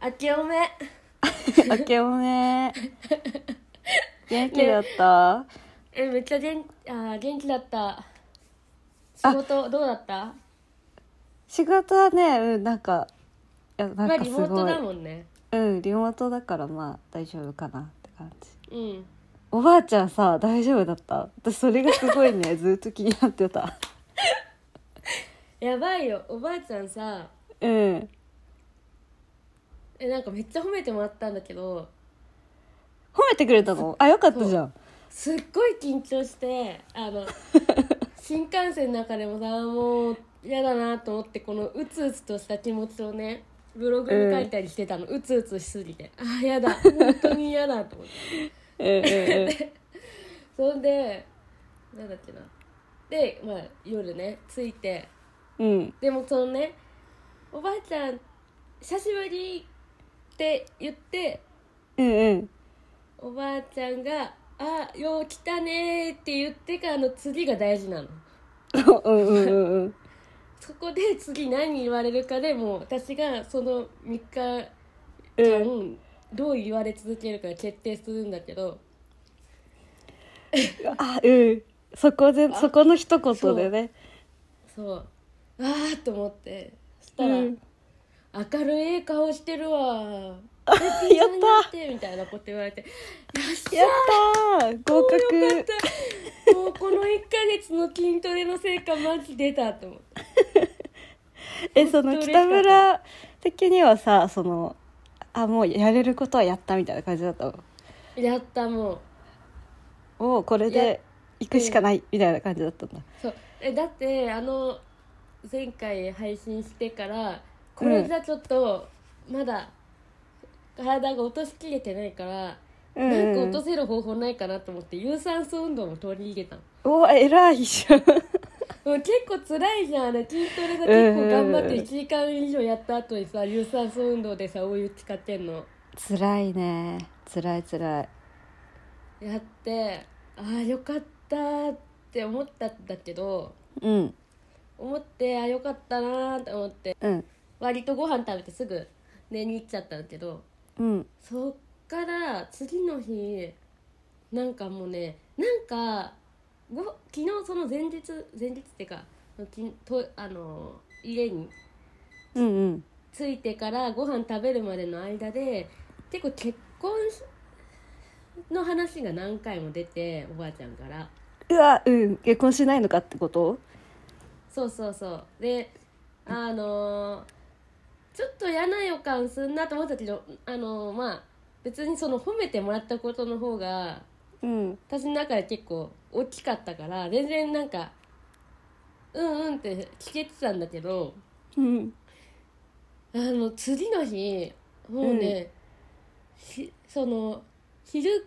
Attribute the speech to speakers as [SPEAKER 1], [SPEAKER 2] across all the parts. [SPEAKER 1] め
[SPEAKER 2] あけお め元気だった、
[SPEAKER 1] うんめっちゃ元あー元気だった仕事どうだった
[SPEAKER 2] 仕事はねうんなんかいやなん
[SPEAKER 1] まあ
[SPEAKER 2] か
[SPEAKER 1] リ
[SPEAKER 2] す
[SPEAKER 1] モート
[SPEAKER 2] ごい、
[SPEAKER 1] だもんね
[SPEAKER 2] うんリモートだからまあ大丈夫かなって感じ
[SPEAKER 1] うん
[SPEAKER 2] おばあちゃんさ大丈夫だった私それがすごい ねずっと気になってた
[SPEAKER 1] やばいよおばあちゃんさ
[SPEAKER 2] うん
[SPEAKER 1] えなんかめっちゃ褒めてもらったんだけど
[SPEAKER 2] 褒めてくれたのあよかったじゃん
[SPEAKER 1] すっごい緊張してあの新幹線の中でもさもう嫌だなと思ってこのうつうつとした気持ちをねブログに書いたりしてたの、うつうつしすぎてあーやだ本当に嫌だと思って
[SPEAKER 2] うんうんうん
[SPEAKER 1] そんでなんだっけなで、まあ、夜ね着いて
[SPEAKER 2] うん
[SPEAKER 1] でもそのねおばあちゃん久しぶりって言って
[SPEAKER 2] うんうん
[SPEAKER 1] おばあちゃんが「あよう来たね」って言ってからの次が大事なの
[SPEAKER 2] うんうんうんうん
[SPEAKER 1] そこで次何言われるかでもう私がその3日
[SPEAKER 2] う
[SPEAKER 1] 間
[SPEAKER 2] ん
[SPEAKER 1] どう言われ続けるか決定するんだけど
[SPEAKER 2] あうんそこでそこの一言でね
[SPEAKER 1] そうああと思ってそしたら、
[SPEAKER 2] うん
[SPEAKER 1] 明るい顔してるわ
[SPEAKER 2] あやっ
[SPEAKER 1] 何
[SPEAKER 2] た
[SPEAKER 1] てみたいなこと言われて
[SPEAKER 2] やったー合格
[SPEAKER 1] よかったもうこの1ヶ月の筋トレの成果マジ出たと思って
[SPEAKER 2] えその
[SPEAKER 1] 嬉しか
[SPEAKER 2] 北
[SPEAKER 1] った
[SPEAKER 2] 村的にはさそのあもうやれることはやったみたいな感じだったの
[SPEAKER 1] やったもう
[SPEAKER 2] もうこれで行くしかないみたいな感じだったんだ
[SPEAKER 1] そうえだってあの前回配信してからこれじゃちょっとまだ体が落としきれてないから、
[SPEAKER 2] うん
[SPEAKER 1] なんか
[SPEAKER 2] う
[SPEAKER 1] 落
[SPEAKER 2] ん
[SPEAKER 1] とせる方法ないかなと思って有酸素運動も取り入れたの
[SPEAKER 2] お偉いじゃん
[SPEAKER 1] でも結構辛いじゃんあれ筋トレが結構頑張って1時間以上やった後にさ有酸素運動でさお湯使ってんの
[SPEAKER 2] 辛いね辛い辛い
[SPEAKER 1] やってああよかったって思ったんだけど
[SPEAKER 2] うん
[SPEAKER 1] 思ってあーよかったなーって思って
[SPEAKER 2] うん
[SPEAKER 1] 割とご飯食べてすぐ寝に行っちゃったんだけど
[SPEAKER 2] うん
[SPEAKER 1] そっから次の日なんかもうねなんかご昨日その前日前日っていうかきとあの家に
[SPEAKER 2] うんうん
[SPEAKER 1] 着いてからご飯食べるまでの間で結構結婚の話が何回も出ておばあちゃんから
[SPEAKER 2] うわうん結婚しないのかってこと
[SPEAKER 1] そうそうそうであのーちょっと嫌な予感すんなと思ったけどあのーまあ別にその褒めてもらったことの方が
[SPEAKER 2] うん
[SPEAKER 1] 私の中で結構大きかったから全然なんかうんうんって聞けてたんだけど
[SPEAKER 2] うん
[SPEAKER 1] あの次の日もうね、ひその昼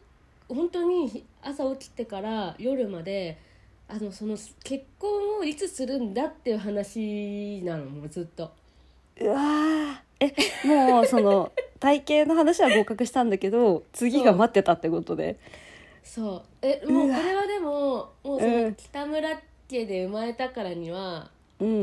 [SPEAKER 1] 本当にひ朝起きてから夜まであのその結婚をいつするんだっていう話なのもうずっと
[SPEAKER 2] うわーえもうそ の体型の話は合格したんだけど次が待ってたってことで
[SPEAKER 1] そうえもう
[SPEAKER 2] うわ
[SPEAKER 1] これはでももうそうの
[SPEAKER 2] ん
[SPEAKER 1] 北村家で生まれたからには、
[SPEAKER 2] うん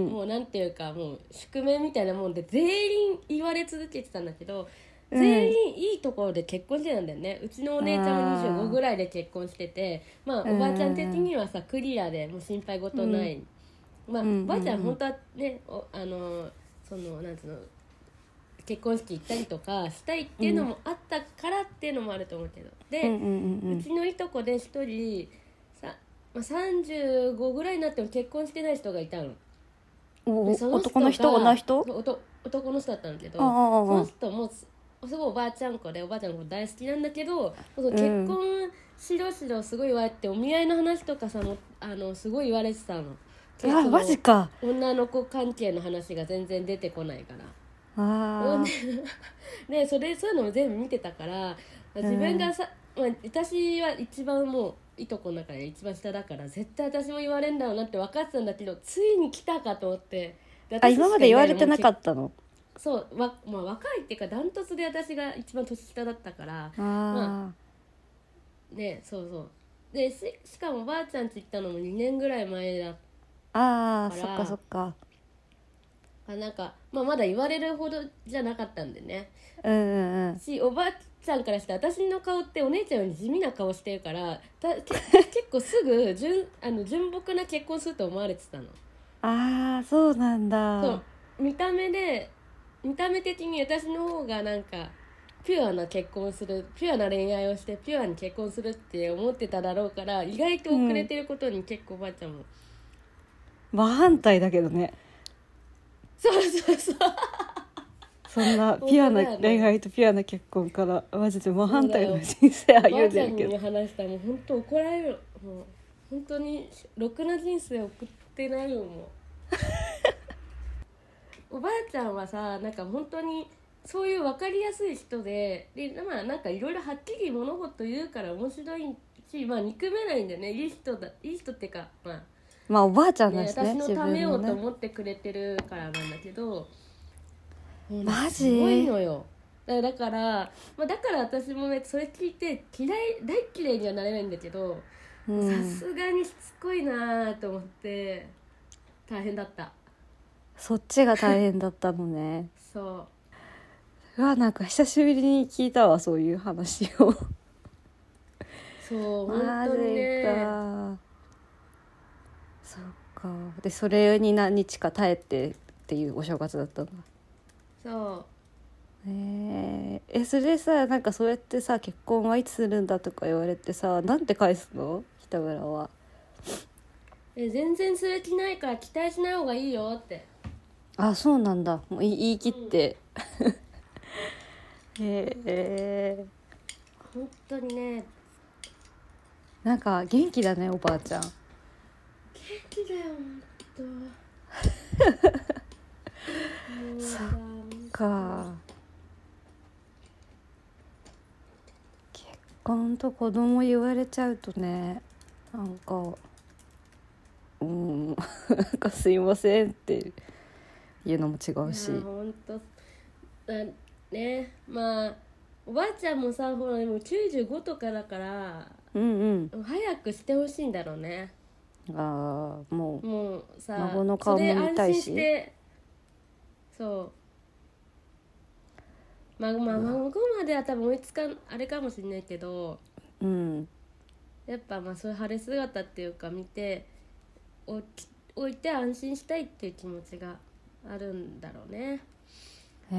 [SPEAKER 1] もうなんていうかもう宿命みたいなもんで全員言われ続けてたんだけど、
[SPEAKER 2] うん
[SPEAKER 1] 全員いいところで結婚してたんだよねうちのお姉ちゃん
[SPEAKER 2] あ
[SPEAKER 1] も
[SPEAKER 2] ー
[SPEAKER 1] 25ぐらいで結婚しててまあ
[SPEAKER 2] うん
[SPEAKER 1] おばあちゃん的にはさクリアでもう心配事ない、まあ、
[SPEAKER 2] うんうんうん
[SPEAKER 1] おばあちゃん本当はねおあのそのなんつうの結婚式行ったりとかしたいっていうのもあったからっていうのもあると思うけどで、
[SPEAKER 2] うんうんう
[SPEAKER 1] うんちのいとこで一人さ、まあ、35ぐらいになっても結婚してない人がいたの。
[SPEAKER 2] うん
[SPEAKER 1] で
[SPEAKER 2] お
[SPEAKER 1] その人
[SPEAKER 2] 男の人
[SPEAKER 1] が
[SPEAKER 2] 女の人
[SPEAKER 1] そうおと男の人だったんだけど
[SPEAKER 2] ああああああ
[SPEAKER 1] その人もすすごいおばあちゃん子でおばあちゃんのこと大好きなんだけどその結婚しろしろすごい言われて、お見合いの話とかさもあのすごい言われてたの。結
[SPEAKER 2] あ
[SPEAKER 1] 構
[SPEAKER 2] マジか
[SPEAKER 1] 女の子関係の話が全然出てこないから。
[SPEAKER 2] あ
[SPEAKER 1] ね、 それそういうのも全部見てたから自分がさ、まあ、私は一番もういとこの中で一番下だから絶対私も言われんだろうなって分かってたんだけどついに来たかと思ってで
[SPEAKER 2] あ今まで言われてなか
[SPEAKER 1] った
[SPEAKER 2] ったの
[SPEAKER 1] そうわ、まあ、若いっていうかダントツで私が一番年下だったから
[SPEAKER 2] あ
[SPEAKER 1] ねそうそうでししかもばあちゃんち行ったのも2年ぐらい前だ
[SPEAKER 2] ーあ
[SPEAKER 1] だ
[SPEAKER 2] ーそ
[SPEAKER 1] か
[SPEAKER 2] っ
[SPEAKER 1] ら
[SPEAKER 2] かそっか
[SPEAKER 1] あなんか、まあ、まだ言われるほどじゃなかったんでね
[SPEAKER 2] うんうんうん
[SPEAKER 1] しおばあちゃんからして私の顔ってお姉ちゃんより地味な顔してるからたけ 結構すぐ純あの純朴な結婚すると思われてたの。
[SPEAKER 2] ああそうなんだ
[SPEAKER 1] そう見た目で見た目的に私の方がなんかピュアな結婚するピュアな恋愛をしてピュアに結婚するって思ってただろうから意外と遅れてることに結構おばあちゃんも、
[SPEAKER 2] 真反対だけどね
[SPEAKER 1] そうそうそう
[SPEAKER 2] そんな
[SPEAKER 1] 当
[SPEAKER 2] ピュア
[SPEAKER 1] だよ
[SPEAKER 2] な
[SPEAKER 1] ね
[SPEAKER 2] 恋愛とピュアな結婚からマジで真反対の人生
[SPEAKER 1] おば
[SPEAKER 2] 歩
[SPEAKER 1] あ
[SPEAKER 2] ん
[SPEAKER 1] ちゃ
[SPEAKER 2] で
[SPEAKER 1] ん
[SPEAKER 2] るけ
[SPEAKER 1] に
[SPEAKER 2] ど
[SPEAKER 1] 話したらもう本当怒られるもう本当にろくな人生送ってないよもうおばあちゃんはさなんか本当にそういう分かりやすい人ででまあなんかいろいろはっきり物事言うから面白いしまあ憎めないんだよねいい人だいい人っていうかまあ
[SPEAKER 2] まあおばあちゃんだ
[SPEAKER 1] ね、
[SPEAKER 2] しね
[SPEAKER 1] 私の
[SPEAKER 2] 自
[SPEAKER 1] ため
[SPEAKER 2] 分
[SPEAKER 1] よ
[SPEAKER 2] の
[SPEAKER 1] うと
[SPEAKER 2] ね
[SPEAKER 1] 思ってくれてるからなんだけどもうね
[SPEAKER 2] マジ
[SPEAKER 1] すごいのよだだから、まあ、だから私もねそれ聞いて嫌い大嫌いにはなれないんだけど
[SPEAKER 2] う
[SPEAKER 1] さ
[SPEAKER 2] ん
[SPEAKER 1] すがにしつこいなと思って大変だった
[SPEAKER 2] そっちが大変だったのね
[SPEAKER 1] そう
[SPEAKER 2] わなんか久しぶりに聞いたわそういう話を
[SPEAKER 1] うそう本
[SPEAKER 2] マ
[SPEAKER 1] 当
[SPEAKER 2] ジ
[SPEAKER 1] にね
[SPEAKER 2] かそっかでそれに何日か耐えてっていうお正月だったんだ
[SPEAKER 1] そう
[SPEAKER 2] ねええそれでさなんかそうやってさ結婚はいつするんだとか言われてさなんて返すの北村は
[SPEAKER 1] え全然する気ないから期待しない方がいいよって
[SPEAKER 2] あそうなんだもう言い言い切って、へ え
[SPEAKER 1] 本当にね
[SPEAKER 2] なんか元気だねおばあちゃん
[SPEAKER 1] 元気だよ本 当もうさ
[SPEAKER 2] か結婚と子供言われちゃうとねなんかうんなんかすいませんっていうのも違うし
[SPEAKER 1] いや本当だねまあおばあちゃんもさほらでも95とかだから
[SPEAKER 2] うん
[SPEAKER 1] 早くしてほしいんだろうね
[SPEAKER 2] うんああもう
[SPEAKER 1] もうさ
[SPEAKER 2] 孫の顔も見
[SPEAKER 1] そ
[SPEAKER 2] た
[SPEAKER 1] れ安心
[SPEAKER 2] いし
[SPEAKER 1] してそう孫,、まあ、孫までは多分追いつかんあれかもしれないけど
[SPEAKER 2] うん
[SPEAKER 1] やっぱまあそういう晴れ姿っていうか見ておき置いて安心したいっていう気持ちがあるんだろうね
[SPEAKER 2] へ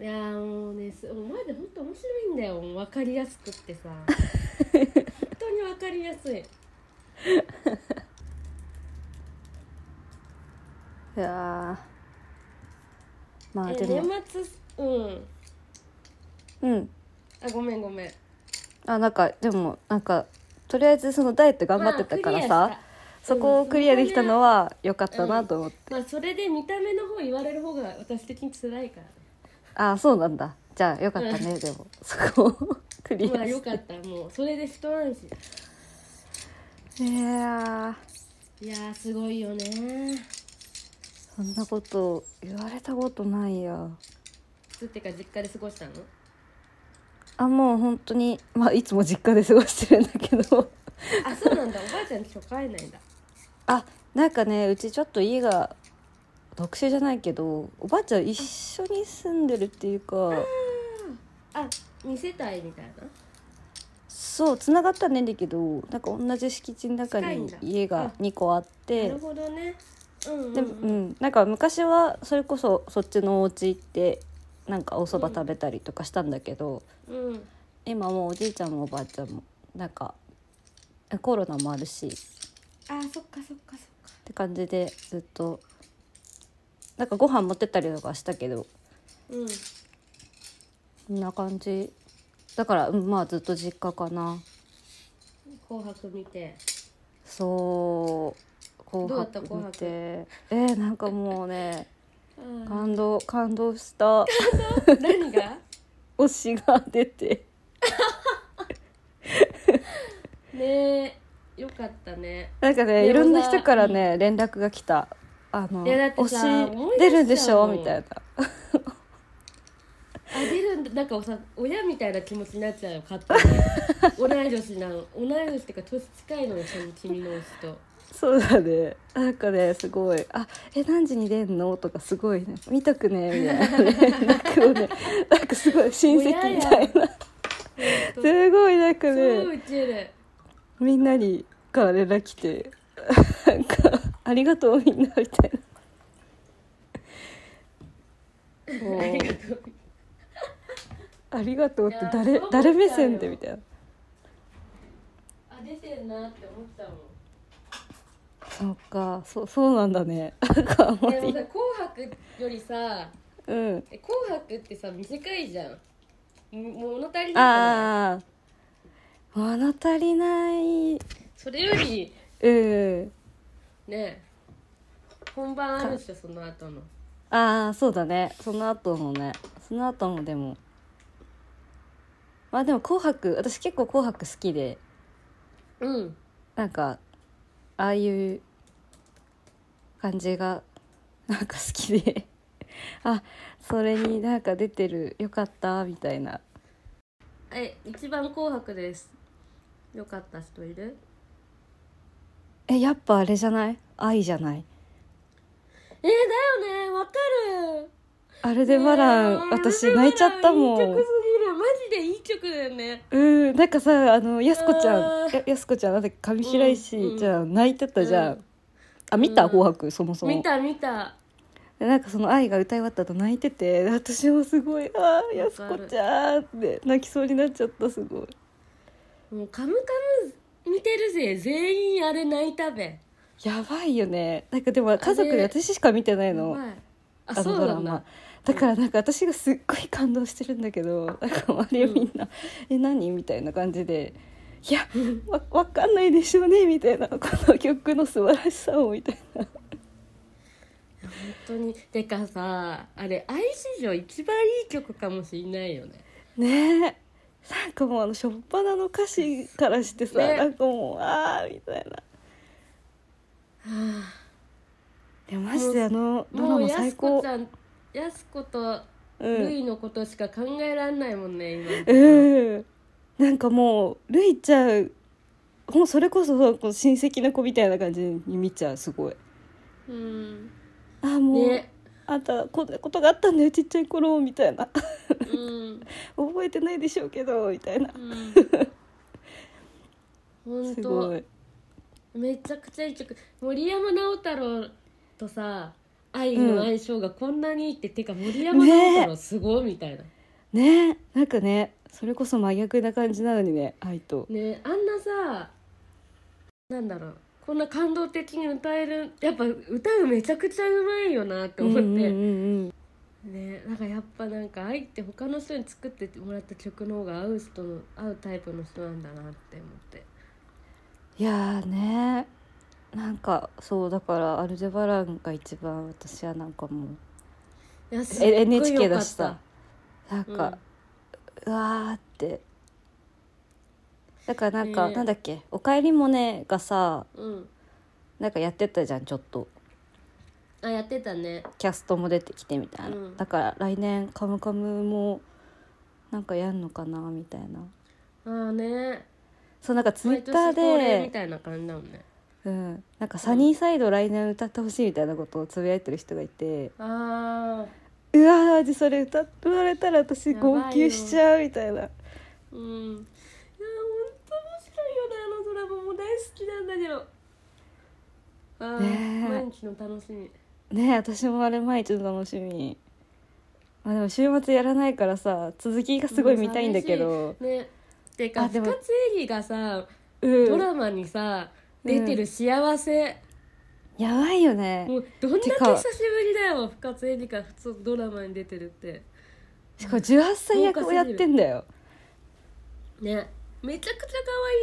[SPEAKER 2] え
[SPEAKER 1] いやーもうねすお前で本当面白いんだよもう分かりやすく ってさ本当に分かりやすい
[SPEAKER 2] いやーまあ
[SPEAKER 1] え
[SPEAKER 2] でも
[SPEAKER 1] 年末うん
[SPEAKER 2] うん
[SPEAKER 1] あごめんごめん
[SPEAKER 2] あなんかでもなんかとりあえずそのダイエット頑張ってたからさ、そこをクリアできたのは良かったなと思って、
[SPEAKER 1] まあクリアしたまあそれで見た目の方言われる方が私的に辛いからね
[SPEAKER 2] ああそうなんだじゃあ良かったね、でもそこを クリ
[SPEAKER 1] まあ
[SPEAKER 2] ア
[SPEAKER 1] よ
[SPEAKER 2] し
[SPEAKER 1] かったもうそれで一安心
[SPEAKER 2] ていやー
[SPEAKER 1] いやーすごいよね
[SPEAKER 2] そんなこと言われたことないや
[SPEAKER 1] 普通ってか実家で過ごしたの
[SPEAKER 2] あもう本当にまあいつも実家で過ごしてるんだけど
[SPEAKER 1] あそうなんだおばあちゃん今日帰んないんだ
[SPEAKER 2] あなんかねうちちょっと家が特殊じゃないけどおばあちゃん一緒に住んでるっていうか
[SPEAKER 1] あ二世帯みたいな
[SPEAKER 2] そうつながったねんだけどなんか同じ敷地の中
[SPEAKER 1] 近いん
[SPEAKER 2] に
[SPEAKER 1] だ
[SPEAKER 2] 家
[SPEAKER 1] あ
[SPEAKER 2] が2個あって
[SPEAKER 1] なるほどねうんうん、うん、
[SPEAKER 2] でもうん、なんか昔はそれこそそっちのお家行ってなんかお蕎麦食べたりとかしたんだけど、
[SPEAKER 1] うん
[SPEAKER 2] 今もうおじいちゃんもおばあちゃんもなんかコロナもあるしっ
[SPEAKER 1] あそっかそっかそっか
[SPEAKER 2] て感じでずっとなんかご飯持ってったりとかしたけど
[SPEAKER 1] うん
[SPEAKER 2] こんな感じだから、うん、まあずっと実家かな
[SPEAKER 1] 紅白見て
[SPEAKER 2] そう「紅
[SPEAKER 1] どうだった
[SPEAKER 2] 白」
[SPEAKER 1] 紅
[SPEAKER 2] 見
[SPEAKER 1] 白
[SPEAKER 2] てえー、なんかもうね感動感動した。
[SPEAKER 1] 何が
[SPEAKER 2] 推しが出て。
[SPEAKER 1] ねえよかったね
[SPEAKER 2] なんか
[SPEAKER 1] で
[SPEAKER 2] ね
[SPEAKER 1] もさ
[SPEAKER 2] いろんな人からね連絡が来た「あの
[SPEAKER 1] いやだってさ思
[SPEAKER 2] 推
[SPEAKER 1] い出しちゃう
[SPEAKER 2] し出るんでしょ?」みたいな
[SPEAKER 1] あ出るんだなんかさ親みたいな気持ちになっちゃうよ勝手に同い年なの同い年っていうか年近いのよその君の推しと
[SPEAKER 2] そうだねなんかねすごい「あえ何時に出んの?」とかすごいね「見とくね」みたいな連絡を ねなんかすごい親戚みたいな
[SPEAKER 1] 当
[SPEAKER 2] すごいなんか
[SPEAKER 1] 超
[SPEAKER 2] ね
[SPEAKER 1] ウケる
[SPEAKER 2] みんなにから連絡来てなんか「ありがとうみんな」みたいな。もう
[SPEAKER 1] ありがとう
[SPEAKER 2] ありがとうって
[SPEAKER 1] いや
[SPEAKER 2] 誰
[SPEAKER 1] そう思っちゃうよ
[SPEAKER 2] 誰目線でみたいな
[SPEAKER 1] あ出てんなって思ったもん
[SPEAKER 2] そうかそうそうなんだねなんかあんま
[SPEAKER 1] でも
[SPEAKER 2] り
[SPEAKER 1] さ「紅白」よりさ
[SPEAKER 2] うん
[SPEAKER 1] 「え紅白」ってさ短いじゃんも物足りなくない
[SPEAKER 2] ああ物足りない
[SPEAKER 1] それより
[SPEAKER 2] うん
[SPEAKER 1] ね本番あるっしょその後の
[SPEAKER 2] ああそうだねその後もねその後もでもまあでも「紅白」私結構「紅白」好きで
[SPEAKER 1] うん
[SPEAKER 2] なんかああいう感じがなんか好きで あそれになんか出てるよかったみたいな
[SPEAKER 1] え一番紅白ですよかった人いる
[SPEAKER 2] えやっぱあれじゃない愛じゃない
[SPEAKER 1] えだよねわかる
[SPEAKER 2] あれでバラン、
[SPEAKER 1] ねえ
[SPEAKER 2] 私泣いちゃったも
[SPEAKER 1] いい曲
[SPEAKER 2] ん
[SPEAKER 1] すぎるマジでいい曲だよね
[SPEAKER 2] うんなんかさあのやすこちゃ
[SPEAKER 1] あ
[SPEAKER 2] ん
[SPEAKER 1] ー
[SPEAKER 2] ややすこちゃんなんだっけ上白
[SPEAKER 1] うんう
[SPEAKER 2] 石
[SPEAKER 1] ん
[SPEAKER 2] じゃん、泣いてたじゃん、
[SPEAKER 1] うん
[SPEAKER 2] あ見た
[SPEAKER 1] うん
[SPEAKER 2] 「紅白」そもそも
[SPEAKER 1] 見た見た
[SPEAKER 2] でなんかその愛が歌い終わった後泣いてて私もすごい「あーやすこちゃん」って泣きそうになっちゃったすごい
[SPEAKER 1] もう「カムカム」見てるぜ全員あれ泣いたべ
[SPEAKER 2] やばいよねなんかでも家族
[SPEAKER 1] あ
[SPEAKER 2] で
[SPEAKER 1] れ
[SPEAKER 2] 私しか見てない
[SPEAKER 1] や
[SPEAKER 2] の
[SPEAKER 1] ばいあ
[SPEAKER 2] あ
[SPEAKER 1] そ
[SPEAKER 2] の
[SPEAKER 1] う
[SPEAKER 2] ド
[SPEAKER 1] な
[SPEAKER 2] ラ
[SPEAKER 1] んだ
[SPEAKER 2] マだからなんか私がすっごい感動してるんだけどなんか周りはみんな「え何?」みたいな感じで「いやわわかんないでしょうね」みたいなこの曲の素晴らしさをみたいな
[SPEAKER 1] 本当にてかさあれ愛史上一番いい曲かもしんないよね
[SPEAKER 2] ねえなんかもうあの初っ端の歌詞からしてさ、
[SPEAKER 1] ね
[SPEAKER 2] なんかもう「ああ」みたいな。でもマジであのドラ
[SPEAKER 1] もう
[SPEAKER 2] マ
[SPEAKER 1] や
[SPEAKER 2] 最
[SPEAKER 1] すこ
[SPEAKER 2] 高
[SPEAKER 1] ちゃんやすこと
[SPEAKER 2] うん
[SPEAKER 1] るいのことしか考えられないもんね今のところ
[SPEAKER 2] うん、なんかもうるいちゃんもうそれこそこう親戚の子みたいな感じに見ちゃうすごい
[SPEAKER 1] うん
[SPEAKER 2] あーもう、
[SPEAKER 1] ね
[SPEAKER 2] あんたこんなことがあったんだよちっちゃい頃みたいな
[SPEAKER 1] うん
[SPEAKER 2] 覚えてないでしょうけどみたいな
[SPEAKER 1] うん本
[SPEAKER 2] す
[SPEAKER 1] 当
[SPEAKER 2] ごい
[SPEAKER 1] めちゃくちゃいい曲森山直太朗とさ愛の相性がこんなにいいって、てか森山直太朗すごいみたいな
[SPEAKER 2] ねなんかねそれこそ真逆な感じなのにね愛と
[SPEAKER 1] ねあんなさなんだろうこんな感動的に歌えるやっぱ歌うめちゃくちゃうまいよなって思って、
[SPEAKER 2] うんうんうん
[SPEAKER 1] ねなんかやっぱなんか愛って他の人に作ってもらった曲の方が合う人の合うタイプの人なんだなって思って
[SPEAKER 2] いやーねなんかそうだから「アルデバラン」が一番私はなんかもう
[SPEAKER 1] いやすっごい良
[SPEAKER 2] え
[SPEAKER 1] かった
[SPEAKER 2] NHK だしさなん
[SPEAKER 1] うん
[SPEAKER 2] か、うわーってだからなんか、
[SPEAKER 1] ね
[SPEAKER 2] なんだっけ「おかえりモネ」がさ
[SPEAKER 1] うん
[SPEAKER 2] なんかやってたじゃんちょっと
[SPEAKER 1] あやってたね
[SPEAKER 2] キャストも出てきてみたいな、
[SPEAKER 1] うん
[SPEAKER 2] だから来年「カムカム」もなんかやんのかなみたいな
[SPEAKER 1] ああね
[SPEAKER 2] そうなんかツイ
[SPEAKER 1] 毎
[SPEAKER 2] ッタ
[SPEAKER 1] 年
[SPEAKER 2] ー
[SPEAKER 1] 恒例み
[SPEAKER 2] で、
[SPEAKER 1] たいな感じだもんね
[SPEAKER 2] うん、なんか「サニーサイド来年歌ってほしい」みたいなことをつぶやいてる人がいて
[SPEAKER 1] ああ
[SPEAKER 2] うわーそれ歌われたら私
[SPEAKER 1] やばい
[SPEAKER 2] 号
[SPEAKER 1] よ
[SPEAKER 2] 泣しちゃうみたいな
[SPEAKER 1] うんいや本当面白いよねあのドラマもう大好きなんだけどああ、
[SPEAKER 2] ねえ
[SPEAKER 1] 毎日の楽しみ
[SPEAKER 2] ねえ私もあれ毎日の楽しみまあでも週末やらないからさ続きがすごい見たいんだけど
[SPEAKER 1] ねてか
[SPEAKER 2] あで
[SPEAKER 1] 深
[SPEAKER 2] も
[SPEAKER 1] 津絵里がさ
[SPEAKER 2] うん
[SPEAKER 1] ドラマにさ、
[SPEAKER 2] うん
[SPEAKER 1] 出てる幸せ、
[SPEAKER 2] やばいよね
[SPEAKER 1] もうどんだけ
[SPEAKER 2] て
[SPEAKER 1] 久
[SPEAKER 2] か
[SPEAKER 1] しぶりだよ深津絵里が普通ドラマに出てるって
[SPEAKER 2] しかも18歳役をやってんだよ
[SPEAKER 1] ねめちゃくちゃ可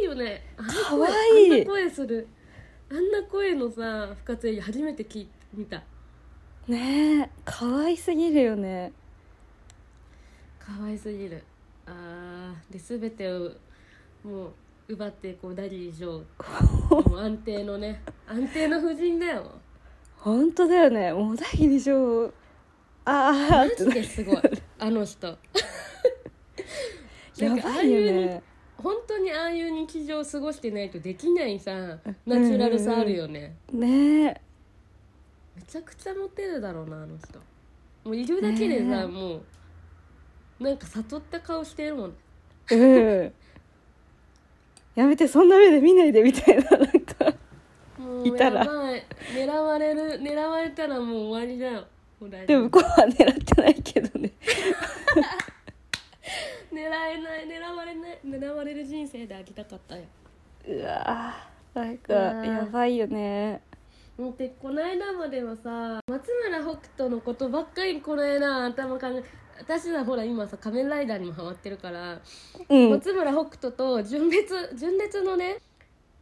[SPEAKER 1] 愛いよねあの
[SPEAKER 2] 可
[SPEAKER 1] 声
[SPEAKER 2] 愛い
[SPEAKER 1] あんな声するあんな声のさ深津絵里初めて聞い見た
[SPEAKER 2] ねえ可愛すぎるよね
[SPEAKER 1] 可愛すぎるあーで全てをもう奪っていこうダディ・ジョーもう安定のね安定の夫人だよ
[SPEAKER 2] 本当だよねもう大義でしょああ
[SPEAKER 1] マジですごいあの人
[SPEAKER 2] や
[SPEAKER 1] なんかあ
[SPEAKER 2] ば
[SPEAKER 1] あ
[SPEAKER 2] い
[SPEAKER 1] い
[SPEAKER 2] よ
[SPEAKER 1] う
[SPEAKER 2] ね
[SPEAKER 1] 本当にああいう日常を過ごしてないとできないさナチュラルさあるよね、
[SPEAKER 2] ねえ
[SPEAKER 1] めちゃくちゃモテるだろうなあの人もういるだけでさ、
[SPEAKER 2] ねえ
[SPEAKER 1] もうなんか悟った顔してるもん
[SPEAKER 2] うんやめてそんな目で見ないでみたいななんか
[SPEAKER 1] もう
[SPEAKER 2] いたら
[SPEAKER 1] やばい狙われる狙われたらもう終わりだよもう大
[SPEAKER 2] で
[SPEAKER 1] 丈
[SPEAKER 2] も
[SPEAKER 1] 夫
[SPEAKER 2] 向こうは狙ってないけどね
[SPEAKER 1] 狙えない狙われない狙われる人生でありたかったよ
[SPEAKER 2] うわーなんか
[SPEAKER 1] うん
[SPEAKER 2] やばいよね
[SPEAKER 1] もうてこの間まではさ松村北斗のことばっかりこの間頭かね私はほら今さ仮面ライダーにもハマってるから、
[SPEAKER 2] うん
[SPEAKER 1] 松村北斗と純烈純烈のね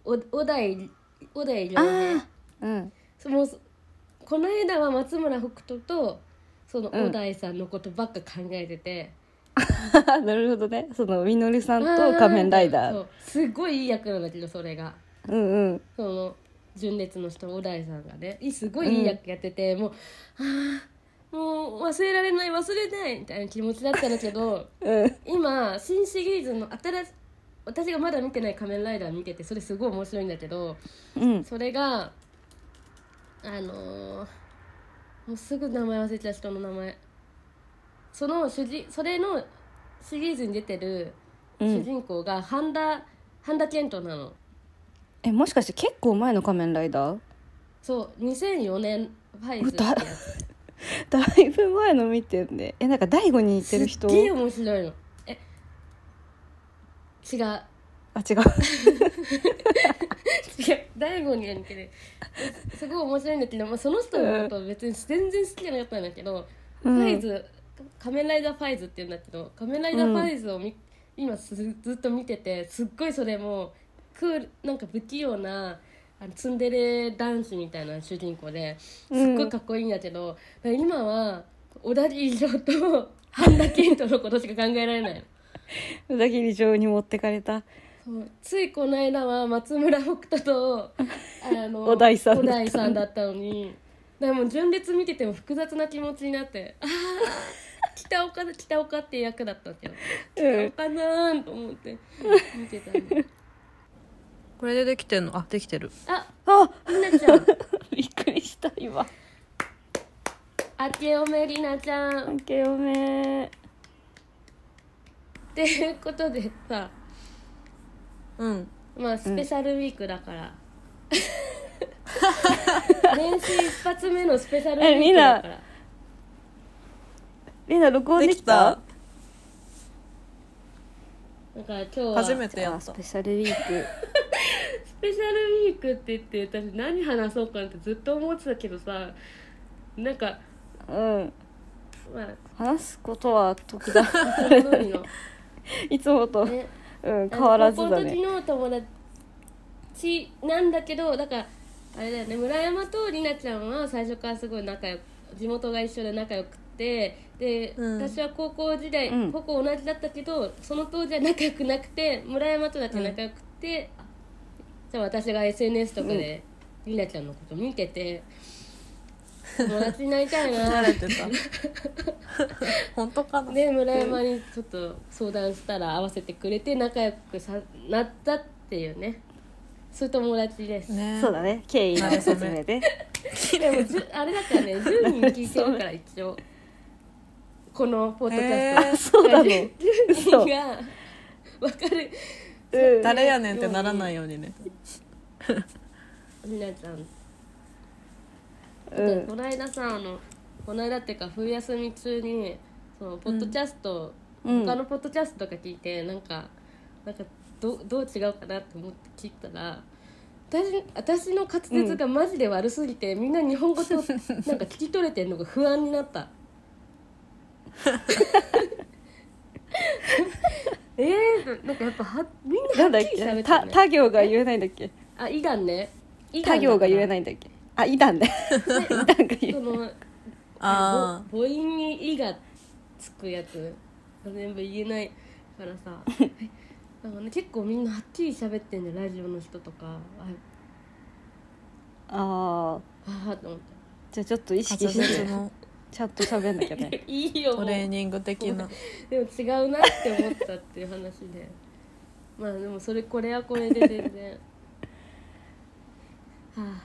[SPEAKER 1] お小田井小田井
[SPEAKER 2] あ
[SPEAKER 1] 亮ね
[SPEAKER 2] あうん
[SPEAKER 1] そのこの間は松村北斗とその小田井さんのことばっか考えてて、
[SPEAKER 2] なるほどねそのみのりさんと仮面ライダ
[SPEAKER 1] そ
[SPEAKER 2] ー
[SPEAKER 1] うすごいいい役なんだけどそれが
[SPEAKER 2] うんうん
[SPEAKER 1] その純烈の人小田井さんがねいすごいいい役やってて、もうああもう忘れられない忘れないみたいな気持ちだったんだけど
[SPEAKER 2] うん
[SPEAKER 1] 今新シリーズの新し私がまだ見てない「仮面ライダー」見ててそれすごい面白いんだけど
[SPEAKER 2] うん
[SPEAKER 1] それがあのーもうすぐ名前忘れちゃう人の名前その主人それのシリーズに出てる
[SPEAKER 2] う
[SPEAKER 1] 主
[SPEAKER 2] ん
[SPEAKER 1] 人公が半田半田健人なの
[SPEAKER 2] えもしかして結構前の仮面ライダー
[SPEAKER 1] そう2004年ファイズってやつ
[SPEAKER 2] だいぶ前の見てんねえなんか大悟に似てる人
[SPEAKER 1] すっげえ面白いのえ違う
[SPEAKER 2] あ違う
[SPEAKER 1] 違う大悟には似てるすごい面白いんだけど、まあ、その人のこと別に全然好きじゃなかったんだけど、
[SPEAKER 2] うん
[SPEAKER 1] ファイズ仮面ライダーファイズって言うんだけど仮面ライダーファイズをみ、今すずっと見ててすっごいそれもクールなんか不器用なあのツンデレ男子みたいな主人公ですっごいかっこいいんだけど、だから今は小田切城と半田健人のことしか考えられないの。
[SPEAKER 2] 宇田切城に持ってかれた
[SPEAKER 1] そうついこの間は松村北斗とあの
[SPEAKER 2] 小田井さ
[SPEAKER 1] 小
[SPEAKER 2] んだった
[SPEAKER 1] 田井さんだったのにでも純烈見てても複雑な気持ちになってああ北岡だ北岡っていう役だったけど
[SPEAKER 2] う
[SPEAKER 1] 北岡
[SPEAKER 2] ん
[SPEAKER 1] なーんと思って見てたの
[SPEAKER 3] これでできてんのあできてる
[SPEAKER 1] あ
[SPEAKER 2] あ
[SPEAKER 1] りなちゃん
[SPEAKER 2] びっくりした今
[SPEAKER 1] 明けおめりなちゃんっ
[SPEAKER 2] 明けおめ
[SPEAKER 1] ていうことでさ
[SPEAKER 3] うん
[SPEAKER 1] まあスペシャルウィークだから、 練習一発目のスペシャルウィ
[SPEAKER 2] え
[SPEAKER 1] ー
[SPEAKER 2] み
[SPEAKER 1] ク
[SPEAKER 2] んな
[SPEAKER 1] だから
[SPEAKER 2] みんな録音できた
[SPEAKER 1] だから今日は
[SPEAKER 3] 初めてや
[SPEAKER 2] あ
[SPEAKER 3] っ
[SPEAKER 2] ス
[SPEAKER 3] た
[SPEAKER 2] ペシャルウィーク
[SPEAKER 1] スペシャルウィークって言って私何話そうかなってずっと思ってたけどさなんか
[SPEAKER 2] うん
[SPEAKER 1] まあ
[SPEAKER 2] 話すことは特段
[SPEAKER 1] それ通りの、
[SPEAKER 2] いつもと、
[SPEAKER 1] ね、
[SPEAKER 2] うん、変わらず
[SPEAKER 1] あの
[SPEAKER 2] だ
[SPEAKER 1] 高校の時
[SPEAKER 2] ね
[SPEAKER 1] の友達なんだけどだからあれだよね村山と里奈ちゃんは最初からすごい仲良く地元が一緒で仲良くてで、
[SPEAKER 3] うん
[SPEAKER 1] 私は高校時代、
[SPEAKER 2] うん
[SPEAKER 1] 高校同じだったけどその当時は仲良くなくて村山とだけ仲良くて、じゃあ私が SNS とかで里奈ちゃんのこと見てて。友達になりたいな
[SPEAKER 3] 慣
[SPEAKER 1] ー
[SPEAKER 3] れてた本当かな
[SPEAKER 1] で村山にちょっと相談したら合わせてくれて仲良くさなったっていうねそういう友達です、
[SPEAKER 3] ね
[SPEAKER 2] そうだね経緯の説 明で
[SPEAKER 1] でもじゅあれだからね10人聞いてるから一応このポッドキャスト、
[SPEAKER 2] へーそうな の
[SPEAKER 1] 10人がわかる
[SPEAKER 2] うん
[SPEAKER 3] 誰やねんってならないようにね
[SPEAKER 1] みなちゃん
[SPEAKER 2] うん
[SPEAKER 1] この間さあのこの間っていうか冬休み中にそのポッドキャスト、
[SPEAKER 2] うん
[SPEAKER 1] 他のポッドキャストとか聞いてなんかなんかどどう違うかなと思って聞いたら私私の滑舌がマジで悪すぎて、みんな日本 語となんか聞き取れてんのが不安になった。えー、なんかやっぱはみんな
[SPEAKER 2] な
[SPEAKER 1] は
[SPEAKER 2] んだ
[SPEAKER 1] っ
[SPEAKER 2] っ
[SPEAKER 1] きり喋
[SPEAKER 2] け
[SPEAKER 1] って
[SPEAKER 2] た
[SPEAKER 1] る、ね、
[SPEAKER 2] 他行が言えないんだっけ
[SPEAKER 1] あイダンねイダ
[SPEAKER 2] 他
[SPEAKER 1] ンだから
[SPEAKER 2] 行が言えないんだっけあイ ダンねイダンが言
[SPEAKER 1] そうの
[SPEAKER 3] あ
[SPEAKER 1] ぼ母音に「い」がつくやつが全部言えないからさなんか、ね、結構みんなはっきり喋ってんじゃんラジオの人とか
[SPEAKER 2] ああ
[SPEAKER 1] ああと思って
[SPEAKER 2] じゃあちょっと意
[SPEAKER 3] あ
[SPEAKER 2] 識
[SPEAKER 3] 滑
[SPEAKER 2] して
[SPEAKER 3] 舌の
[SPEAKER 2] ちゃんと喋んなきゃ ね
[SPEAKER 1] いいよ
[SPEAKER 3] ト
[SPEAKER 1] もう
[SPEAKER 3] レー
[SPEAKER 1] でも
[SPEAKER 3] ニング的な
[SPEAKER 1] 違うなって思ったっていう話でまあでもそれこれはこれで全然はあ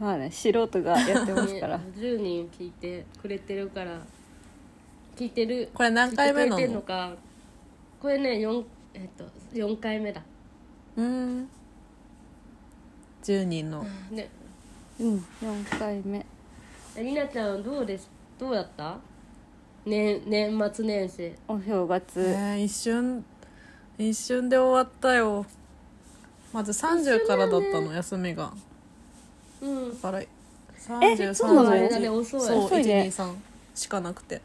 [SPEAKER 2] まあね素人がやってます から
[SPEAKER 1] ね10人聞いてくれてるから聞いてる
[SPEAKER 3] これ何回目なの
[SPEAKER 1] 聞いてくれてんのかこれね四えっと四回目だ
[SPEAKER 3] うん10人の
[SPEAKER 1] ね
[SPEAKER 2] うん4回目
[SPEAKER 1] えりなちゃんどうですどうだった年年末年始
[SPEAKER 2] お正
[SPEAKER 3] え
[SPEAKER 2] 月
[SPEAKER 3] ー一瞬一瞬で終わったよまず30からだったの休みが
[SPEAKER 1] うん
[SPEAKER 3] だから
[SPEAKER 2] えそうなの
[SPEAKER 1] だね遅い
[SPEAKER 3] そう
[SPEAKER 2] 遅いね
[SPEAKER 3] 123しかなくて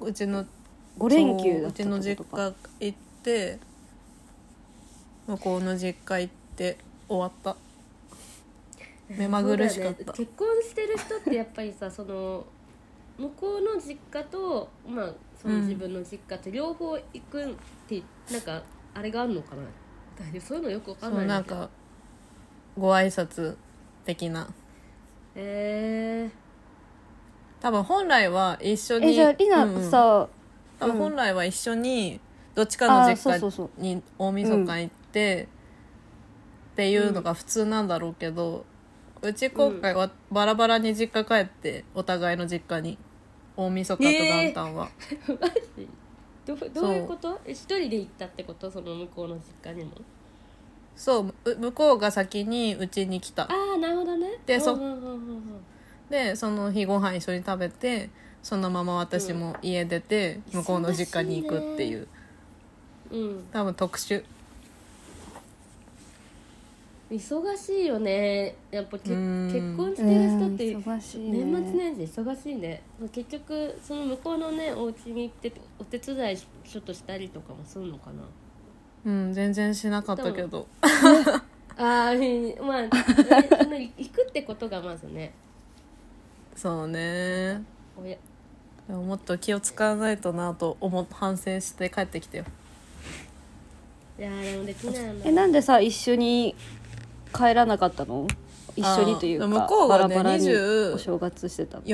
[SPEAKER 3] うちの
[SPEAKER 2] 5連休
[SPEAKER 3] そう
[SPEAKER 2] だっ
[SPEAKER 3] う
[SPEAKER 2] た
[SPEAKER 3] ち
[SPEAKER 2] っ
[SPEAKER 3] の
[SPEAKER 2] て
[SPEAKER 3] 実
[SPEAKER 2] ことか
[SPEAKER 3] 家行って向こうの実家行って終わった目まぐるしかっ
[SPEAKER 1] そうだ
[SPEAKER 3] た
[SPEAKER 1] よね結婚してる人ってやっぱりさその向こうの実家と、まあ、その
[SPEAKER 3] うん
[SPEAKER 1] 自分の実家って両方行くって、なんかあれがあるのかなだいぶそういうのよくわか
[SPEAKER 3] そ
[SPEAKER 1] んな
[SPEAKER 3] う
[SPEAKER 1] い
[SPEAKER 3] なん
[SPEAKER 1] だけど
[SPEAKER 3] かご挨拶的な
[SPEAKER 1] え
[SPEAKER 3] 多分本来は一緒に
[SPEAKER 2] えじゃあり
[SPEAKER 3] うん
[SPEAKER 2] な
[SPEAKER 3] う
[SPEAKER 2] んさ
[SPEAKER 3] 多分本来は一緒にどっちか
[SPEAKER 2] あ
[SPEAKER 3] の
[SPEAKER 2] ー
[SPEAKER 3] 実
[SPEAKER 2] そうそうそう
[SPEAKER 3] 家に大晦日行ってっていうのが普通なんだろうけど、うち今回はバラバラに実家帰ってお互いの実家に大晦日と元旦は、
[SPEAKER 1] ー、マジどうどういうことえ一人で行ったってことその向こうの実家にも
[SPEAKER 3] そうう向こうが先にうちに来た
[SPEAKER 1] ああなるほどね
[SPEAKER 3] でそ
[SPEAKER 1] うんうんうんうん
[SPEAKER 3] でその日ご飯一緒に食べてそのまま私も家出て
[SPEAKER 1] うん
[SPEAKER 3] 向こうの実家に行くっていう
[SPEAKER 1] うんうん
[SPEAKER 3] 多分特殊
[SPEAKER 1] 忙しいよねやっぱけ
[SPEAKER 3] うーん
[SPEAKER 1] 結婚して
[SPEAKER 2] う
[SPEAKER 1] る人
[SPEAKER 2] ん
[SPEAKER 1] って
[SPEAKER 2] 忙しいね
[SPEAKER 1] 年末年始忙しいね結局その向こうのねお家に行ってお手伝いちょっとしたりとかもするのかな
[SPEAKER 3] うん全然しなかったけど
[SPEAKER 1] ああまあ、ね、 その行くってことがまずね
[SPEAKER 3] そうね
[SPEAKER 1] 親
[SPEAKER 3] でももっと気を使わないとなと思っ反省して帰ってきてよ
[SPEAKER 1] いやーでもできないよ
[SPEAKER 2] えなんでさ一緒に帰らなかったの一緒にというか
[SPEAKER 3] あー向こうがね
[SPEAKER 2] バラバラに
[SPEAKER 3] 20
[SPEAKER 2] お正月してたの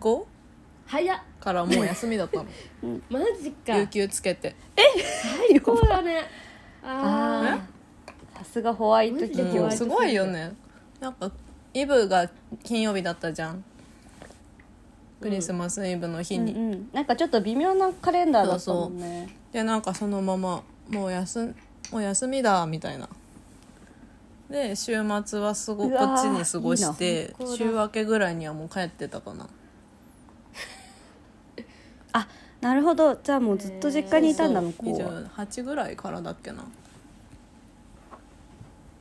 [SPEAKER 3] 45?
[SPEAKER 1] 早っ
[SPEAKER 3] からもう休み だったの
[SPEAKER 1] マジか
[SPEAKER 3] 有給つけて
[SPEAKER 1] そうだねああ
[SPEAKER 2] さすがホワイ
[SPEAKER 1] マ
[SPEAKER 2] ト
[SPEAKER 1] ジで
[SPEAKER 2] 企
[SPEAKER 1] ホ
[SPEAKER 2] 業
[SPEAKER 1] ワイ
[SPEAKER 3] もう
[SPEAKER 1] ト
[SPEAKER 3] すごいよねなんかイブが金曜日だったじゃんクリスマスイブの日
[SPEAKER 2] うん
[SPEAKER 3] に、
[SPEAKER 2] うん、なんかちょっと微妙なカレンダーだったもんね
[SPEAKER 3] でなんかそのままもう休んもう休みだみたいなで週末はすご
[SPEAKER 2] う
[SPEAKER 3] こ
[SPEAKER 2] わー
[SPEAKER 3] っちに過ごして
[SPEAKER 1] いいな
[SPEAKER 3] 週明けぐらいにはもう帰ってたかな
[SPEAKER 2] あなるほどじゃあもうずっと実家にいたんだ向こうは
[SPEAKER 3] 28ぐらいからだっけな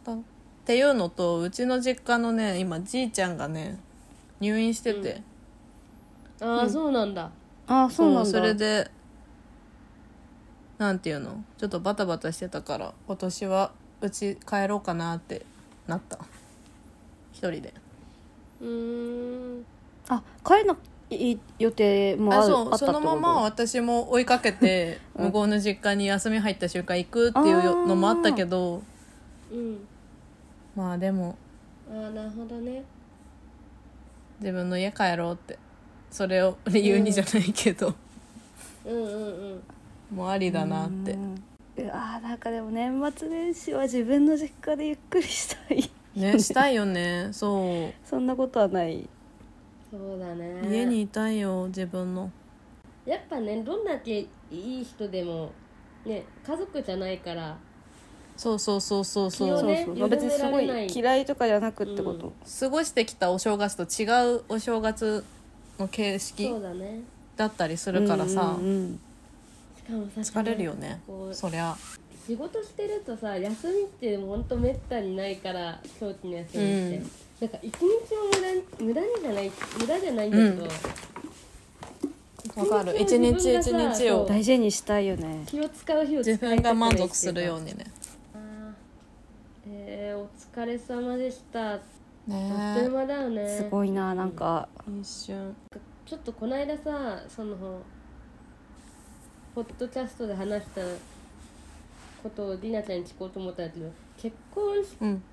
[SPEAKER 3] だっていうのとうちの実家のね今じいちゃんがね入院してて、
[SPEAKER 1] ああそうなんだ
[SPEAKER 2] あそうなんだ
[SPEAKER 3] それでなんていうのちょっとバタバタしてたから今年はうち帰ろうかなってなった一人で
[SPEAKER 1] うーん
[SPEAKER 2] あ帰んない予定もあ
[SPEAKER 3] あ
[SPEAKER 2] る
[SPEAKER 3] そ
[SPEAKER 2] あ
[SPEAKER 3] う
[SPEAKER 2] った
[SPEAKER 3] そ
[SPEAKER 2] って
[SPEAKER 3] の
[SPEAKER 2] こと
[SPEAKER 3] まま私も追いか けて
[SPEAKER 2] うん
[SPEAKER 3] 向こうの実家に休み入った瞬間行くっていうのもあったけど
[SPEAKER 1] うん
[SPEAKER 3] まあでも
[SPEAKER 1] ああなるほどね
[SPEAKER 3] 自分の家帰ろうってそれを理由にじゃないけど、
[SPEAKER 1] うんうんうん
[SPEAKER 3] もうありだなって、
[SPEAKER 2] うんうわーなんかでも年末年始は自分の実家でゆっくりしたい
[SPEAKER 3] ねしたいよねそう
[SPEAKER 2] そんなことはない
[SPEAKER 1] そうだね
[SPEAKER 3] 家にいたいよ自分の
[SPEAKER 1] やっぱねどんだけいい人でもね家族じゃないから
[SPEAKER 3] そうそうそうそうそう
[SPEAKER 1] 気を
[SPEAKER 2] そ
[SPEAKER 1] ね
[SPEAKER 2] うそう、まあ、別にすごい嫌いとかじゃなくってこと、
[SPEAKER 3] 過ごしてきたお正月と違うお正月の形式
[SPEAKER 1] そうだね
[SPEAKER 3] だったりするからさ、
[SPEAKER 2] うんうん
[SPEAKER 1] しかもさ
[SPEAKER 3] 疲れるよね
[SPEAKER 1] こう
[SPEAKER 3] そりゃ
[SPEAKER 1] 仕事してるとさ休みってほんとめったにないから長期の休みって、
[SPEAKER 3] うん
[SPEAKER 1] なんか一日も無駄に無駄にじゃない無駄じゃないんだけど、
[SPEAKER 3] うんわかる一
[SPEAKER 1] 一日
[SPEAKER 3] 日
[SPEAKER 1] を
[SPEAKER 3] 一
[SPEAKER 1] 自分がさ
[SPEAKER 3] 日
[SPEAKER 2] う
[SPEAKER 3] を
[SPEAKER 2] ん大事にしたいよね
[SPEAKER 1] 気を使う日を使
[SPEAKER 3] 自
[SPEAKER 1] いたくない
[SPEAKER 3] 分が満足するようにね
[SPEAKER 1] あーえー、お疲れ様でしたあっという
[SPEAKER 3] ね
[SPEAKER 1] 間だよね
[SPEAKER 2] すごいななんか
[SPEAKER 3] 一瞬
[SPEAKER 1] ちょっとこの間さそのポッドキャストで話したことをりなちゃんに聞こうと思ったんだけど結婚し
[SPEAKER 3] うん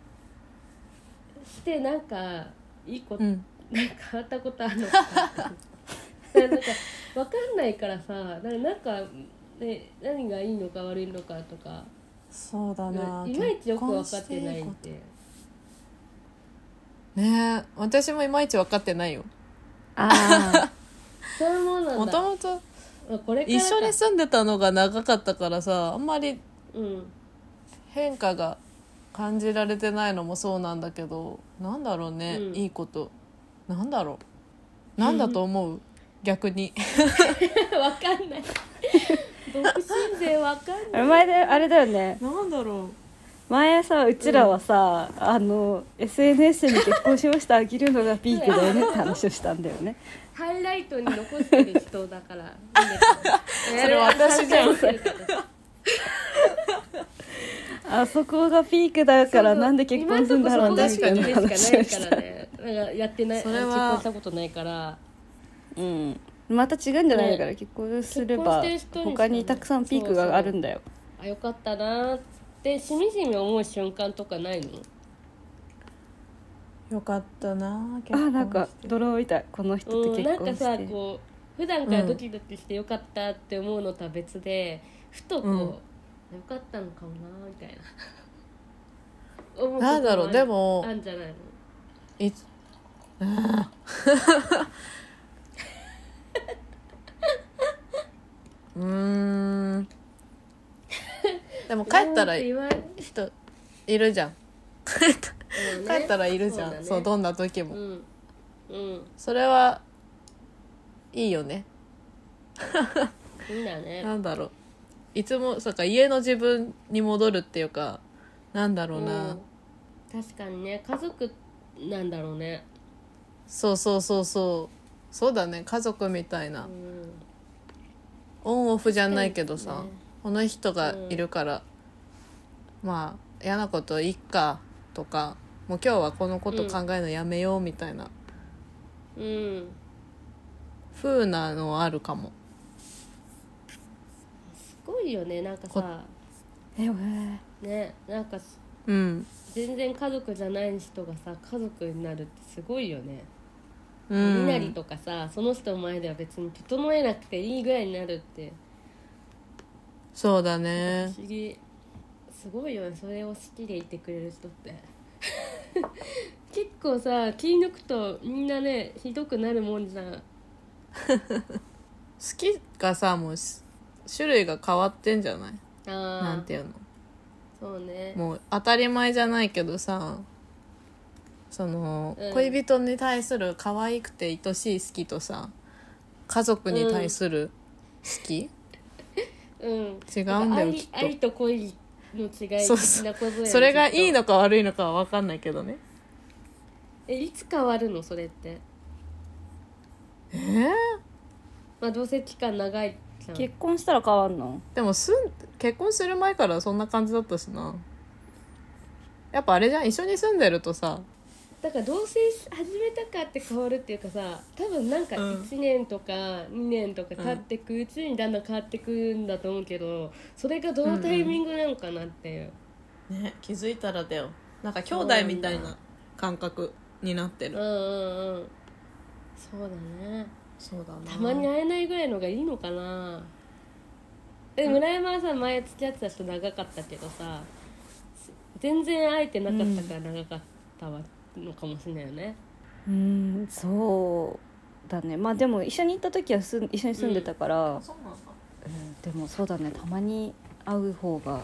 [SPEAKER 1] してなんかいいこと、
[SPEAKER 3] うん
[SPEAKER 1] なんか変わった ことあるのかなんかわかんないからさななんかで何がいいのか悪いのかとか
[SPEAKER 3] そうだない
[SPEAKER 1] まいちよく分かってないんで
[SPEAKER 3] ねえ私もいまいち分かってないよ
[SPEAKER 2] あ
[SPEAKER 1] そういうものな
[SPEAKER 3] も
[SPEAKER 1] ん
[SPEAKER 3] と
[SPEAKER 1] だ
[SPEAKER 3] もと
[SPEAKER 1] まあこれから
[SPEAKER 3] 一
[SPEAKER 1] か
[SPEAKER 3] 緒に住んでたのが長かったからさあんまり
[SPEAKER 1] うん
[SPEAKER 3] 変化が感じられてないのもそうなんだけどなんだろうね、
[SPEAKER 1] うん
[SPEAKER 3] いいことなんだろうなんだと思う逆に
[SPEAKER 1] わかんない。 独身税わかんない。
[SPEAKER 2] あ 前であれだよね
[SPEAKER 3] なんだろ
[SPEAKER 2] 前さうちらはさ、あの SNS に結婚しましたあげるのがピークだよねって話をしたんだよね
[SPEAKER 1] ハイライトに残してる人だ から。そ
[SPEAKER 3] れ私じゃん
[SPEAKER 2] あそこがピークだからなんで結婚するんだろう
[SPEAKER 1] ね。
[SPEAKER 2] ね
[SPEAKER 1] 確
[SPEAKER 2] みた
[SPEAKER 1] か
[SPEAKER 2] い
[SPEAKER 1] に
[SPEAKER 2] な
[SPEAKER 1] しか
[SPEAKER 2] 話
[SPEAKER 1] な
[SPEAKER 2] を
[SPEAKER 1] い
[SPEAKER 2] し
[SPEAKER 1] か
[SPEAKER 2] た
[SPEAKER 1] らね。なんかやってない。
[SPEAKER 3] それは
[SPEAKER 1] 結婚したことないから。
[SPEAKER 2] うんまた違うんじゃないだから
[SPEAKER 1] ね
[SPEAKER 2] 結婚すれ
[SPEAKER 1] 結
[SPEAKER 2] ば
[SPEAKER 1] 婚してる人に
[SPEAKER 2] 他にたくさんピークがあるんだよ
[SPEAKER 1] あよかったなーってしみじみ思う瞬間とかないの？
[SPEAKER 3] うよかったな
[SPEAKER 2] あなんか泥みたいこの人と
[SPEAKER 1] うん、な
[SPEAKER 2] 結
[SPEAKER 1] んか
[SPEAKER 2] 婚
[SPEAKER 1] さ
[SPEAKER 2] して
[SPEAKER 1] こう普段からドキドキしてよかったって思うのとは別で、ふとこう、
[SPEAKER 3] うん
[SPEAKER 1] よかったのかもなみたいな思うこともある
[SPEAKER 3] なんだろうでも
[SPEAKER 1] あんじゃないの
[SPEAKER 3] いつ あーうーんでも帰ったら
[SPEAKER 1] うん
[SPEAKER 3] 人
[SPEAKER 1] 言われ
[SPEAKER 3] いるじゃん帰った
[SPEAKER 1] うんね
[SPEAKER 3] 帰ったらいるじゃんそう,、
[SPEAKER 1] そうだね
[SPEAKER 3] どんな時も、
[SPEAKER 1] うんうん
[SPEAKER 3] それはいいよね
[SPEAKER 1] いいんだね
[SPEAKER 3] なんだろういつもそうか家の自分に戻るっていうかなんだろう
[SPEAKER 1] う
[SPEAKER 3] な、
[SPEAKER 1] ん確かにね家族なんだろうね
[SPEAKER 3] そうそうそうそうそうだね家族みたいな、
[SPEAKER 1] うん
[SPEAKER 3] オンオフじゃないけどさ、
[SPEAKER 1] ね
[SPEAKER 3] この人がいるから、まあ嫌なこといっかとかもう今日はこのこと考えるのやめようみたいな
[SPEAKER 1] うん
[SPEAKER 3] 風なのあるかも
[SPEAKER 1] すごいよねなんかさ
[SPEAKER 2] ええ
[SPEAKER 1] ねなんか
[SPEAKER 3] うん
[SPEAKER 1] 全然家族じゃない人がさ家族になるってすごいよね
[SPEAKER 3] う
[SPEAKER 1] 身
[SPEAKER 3] ん
[SPEAKER 1] なりとかさその人の前では別に整えなくていいぐらいになるって
[SPEAKER 3] そうだ
[SPEAKER 1] 不
[SPEAKER 3] ね
[SPEAKER 1] 思議すごいよねそれを好きでいてくれる人って 結構さ気抜くとみんなねひどくなるもんじゃん
[SPEAKER 3] 好きがさもうし種類が変わってんじゃないな
[SPEAKER 1] あ
[SPEAKER 3] んて
[SPEAKER 1] あ
[SPEAKER 3] いうの
[SPEAKER 1] そうね
[SPEAKER 3] もう当たり前じゃないけどさその、
[SPEAKER 1] うん
[SPEAKER 3] 恋人に対する可愛くて愛しい好きとさ家族に対する好 き、
[SPEAKER 1] うん
[SPEAKER 3] 違うんだよきっと
[SPEAKER 1] 愛愛と恋の違い的
[SPEAKER 3] そうそう
[SPEAKER 1] なことだよね
[SPEAKER 3] それが
[SPEAKER 1] きっと
[SPEAKER 3] いいのか悪いのかは分かんないけどね
[SPEAKER 1] えいつ変わるのそれって
[SPEAKER 3] えー
[SPEAKER 1] まあどうせ期間長いじゃん
[SPEAKER 2] 結婚したら変わんの
[SPEAKER 3] でもすん結婚する前からそんな感じだったしなやっぱあれじゃん一緒に住んでるとさ
[SPEAKER 1] だから同棲し始めたかって変わるっていうかさ多分なんか
[SPEAKER 3] うん
[SPEAKER 1] 1年とか2年とか経ってくうちにだんだん変わってくんだと思うけどそれがどのタイミングなのかなっていう、
[SPEAKER 3] ね気づいたらだよなんか兄
[SPEAKER 1] 弟みたいな
[SPEAKER 3] 感覚になって
[SPEAKER 1] うん、うんうんそうだね
[SPEAKER 3] そうだな
[SPEAKER 1] たまに会えないぐらいのがいいのかなで村山はさ前付き合ってた人長かったけどさ全然会えてなかったから長かったわのかもしれないよね、
[SPEAKER 2] うんそうだねまあでも一緒に行った時はすん一緒に住んでたから、うん
[SPEAKER 3] そうなん
[SPEAKER 2] で
[SPEAKER 3] だ
[SPEAKER 2] もそうだねたまに会う方が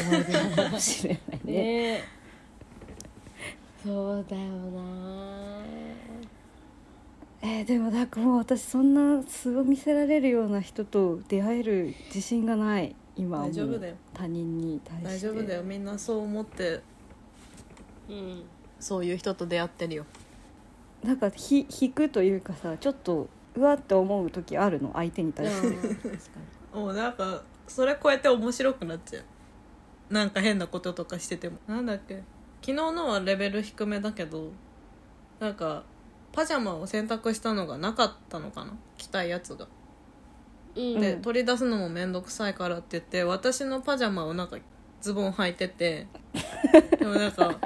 [SPEAKER 2] 思い出なのかもしれないね
[SPEAKER 1] ねえそうだよな
[SPEAKER 2] えーでもなんかもう私そんな素を見せられるような人と出会える自信がない今はもう
[SPEAKER 3] 大丈夫だよ
[SPEAKER 2] 他人に対して
[SPEAKER 3] 大丈夫だよみんなそう思って
[SPEAKER 1] うん
[SPEAKER 3] そういう人と出会ってるよ
[SPEAKER 2] なんかひ引くというかさちょっとうわって思う時あるの相手に
[SPEAKER 1] あ
[SPEAKER 2] 対して、
[SPEAKER 1] ー確かに
[SPEAKER 3] もうなんかそれ超えて面白くなっちゃうなんか変なこととかしててもなんだっけ昨日のはレベル低めだけどなんかパジャマを洗濯したのがなかったのかな着たいやつが
[SPEAKER 1] うん
[SPEAKER 3] で、
[SPEAKER 2] うん
[SPEAKER 3] 取り出すのも面倒くさいからって言って私のパジャマをなんかズボン履いててでもなん か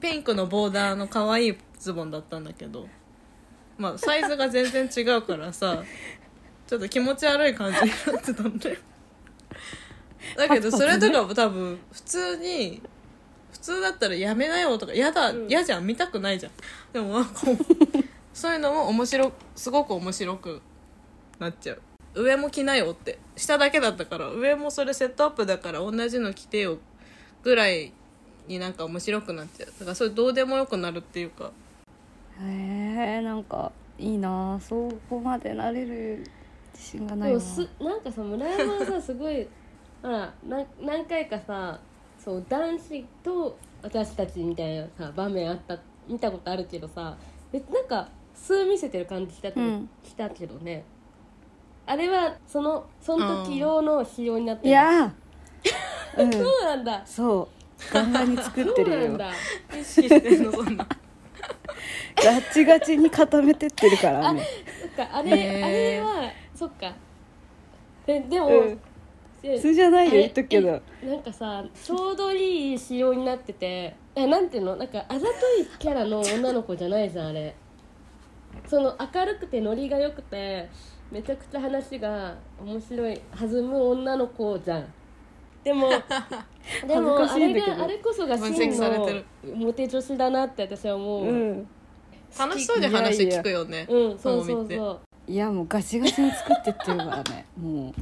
[SPEAKER 3] ピンクのボーダーの可 愛いズボンだったんだけどまあサイズが全然違うからさちょっと気持ち悪い感じになってたんだよだけどそれとかも多分普通に普通だったらやめなよとかやだ
[SPEAKER 1] うん
[SPEAKER 3] 嫌、じゃん見たくないじゃんで もなんかこうそういうのも面白すごく面白くなっちゃう上も着なよって下だけだったから上もそれセットアップだから同じの着てよぐらいになんか面白くなっちゃうだからそれどうでもよくなるっていうか
[SPEAKER 2] へえなんかいいなあそこまでなれる自信がな
[SPEAKER 1] で
[SPEAKER 2] い
[SPEAKER 1] も
[SPEAKER 2] わ
[SPEAKER 1] すなんかさ村山はさすごい ほらな何回かさそう男子と私たちみたいなさ場面あった見たことあるけどさ別になんか素見せてる感じしたけど,、
[SPEAKER 2] うん
[SPEAKER 1] したけどねあれはそのその時用の仕様になって
[SPEAKER 2] い
[SPEAKER 1] る
[SPEAKER 2] やーうん
[SPEAKER 1] そうなんだ
[SPEAKER 2] そうガンガンに作って
[SPEAKER 1] そうな
[SPEAKER 2] る
[SPEAKER 1] ん
[SPEAKER 2] よ
[SPEAKER 1] だ
[SPEAKER 3] 意識してんのそんな
[SPEAKER 2] ガッチガチに固めてってるからね
[SPEAKER 1] そっかあれ、
[SPEAKER 3] へー
[SPEAKER 1] あれはそっかででも、
[SPEAKER 2] うん
[SPEAKER 1] で
[SPEAKER 2] 普通じゃないよ
[SPEAKER 1] あれ
[SPEAKER 2] 言っとくけど
[SPEAKER 1] なんかさちょうどいい仕様になっててえなんていうのなんかあざといキャラの女の子じゃないじゃんあれその明るくてノリが良くてめちゃくちゃ話が面白い弾む女の子じゃんで もでも
[SPEAKER 2] 恥ずか
[SPEAKER 1] あ
[SPEAKER 2] しいん
[SPEAKER 1] れ
[SPEAKER 2] だけど
[SPEAKER 1] があれこそが真
[SPEAKER 3] 分析されて
[SPEAKER 1] の
[SPEAKER 3] る
[SPEAKER 1] モテ女子だなって私は思う、
[SPEAKER 2] うん
[SPEAKER 3] 楽しそうに話聞くよね
[SPEAKER 1] うんそうそ
[SPEAKER 3] ともみ
[SPEAKER 1] う
[SPEAKER 3] って
[SPEAKER 1] そう
[SPEAKER 2] いやもうガチガチに作ってってるからねもう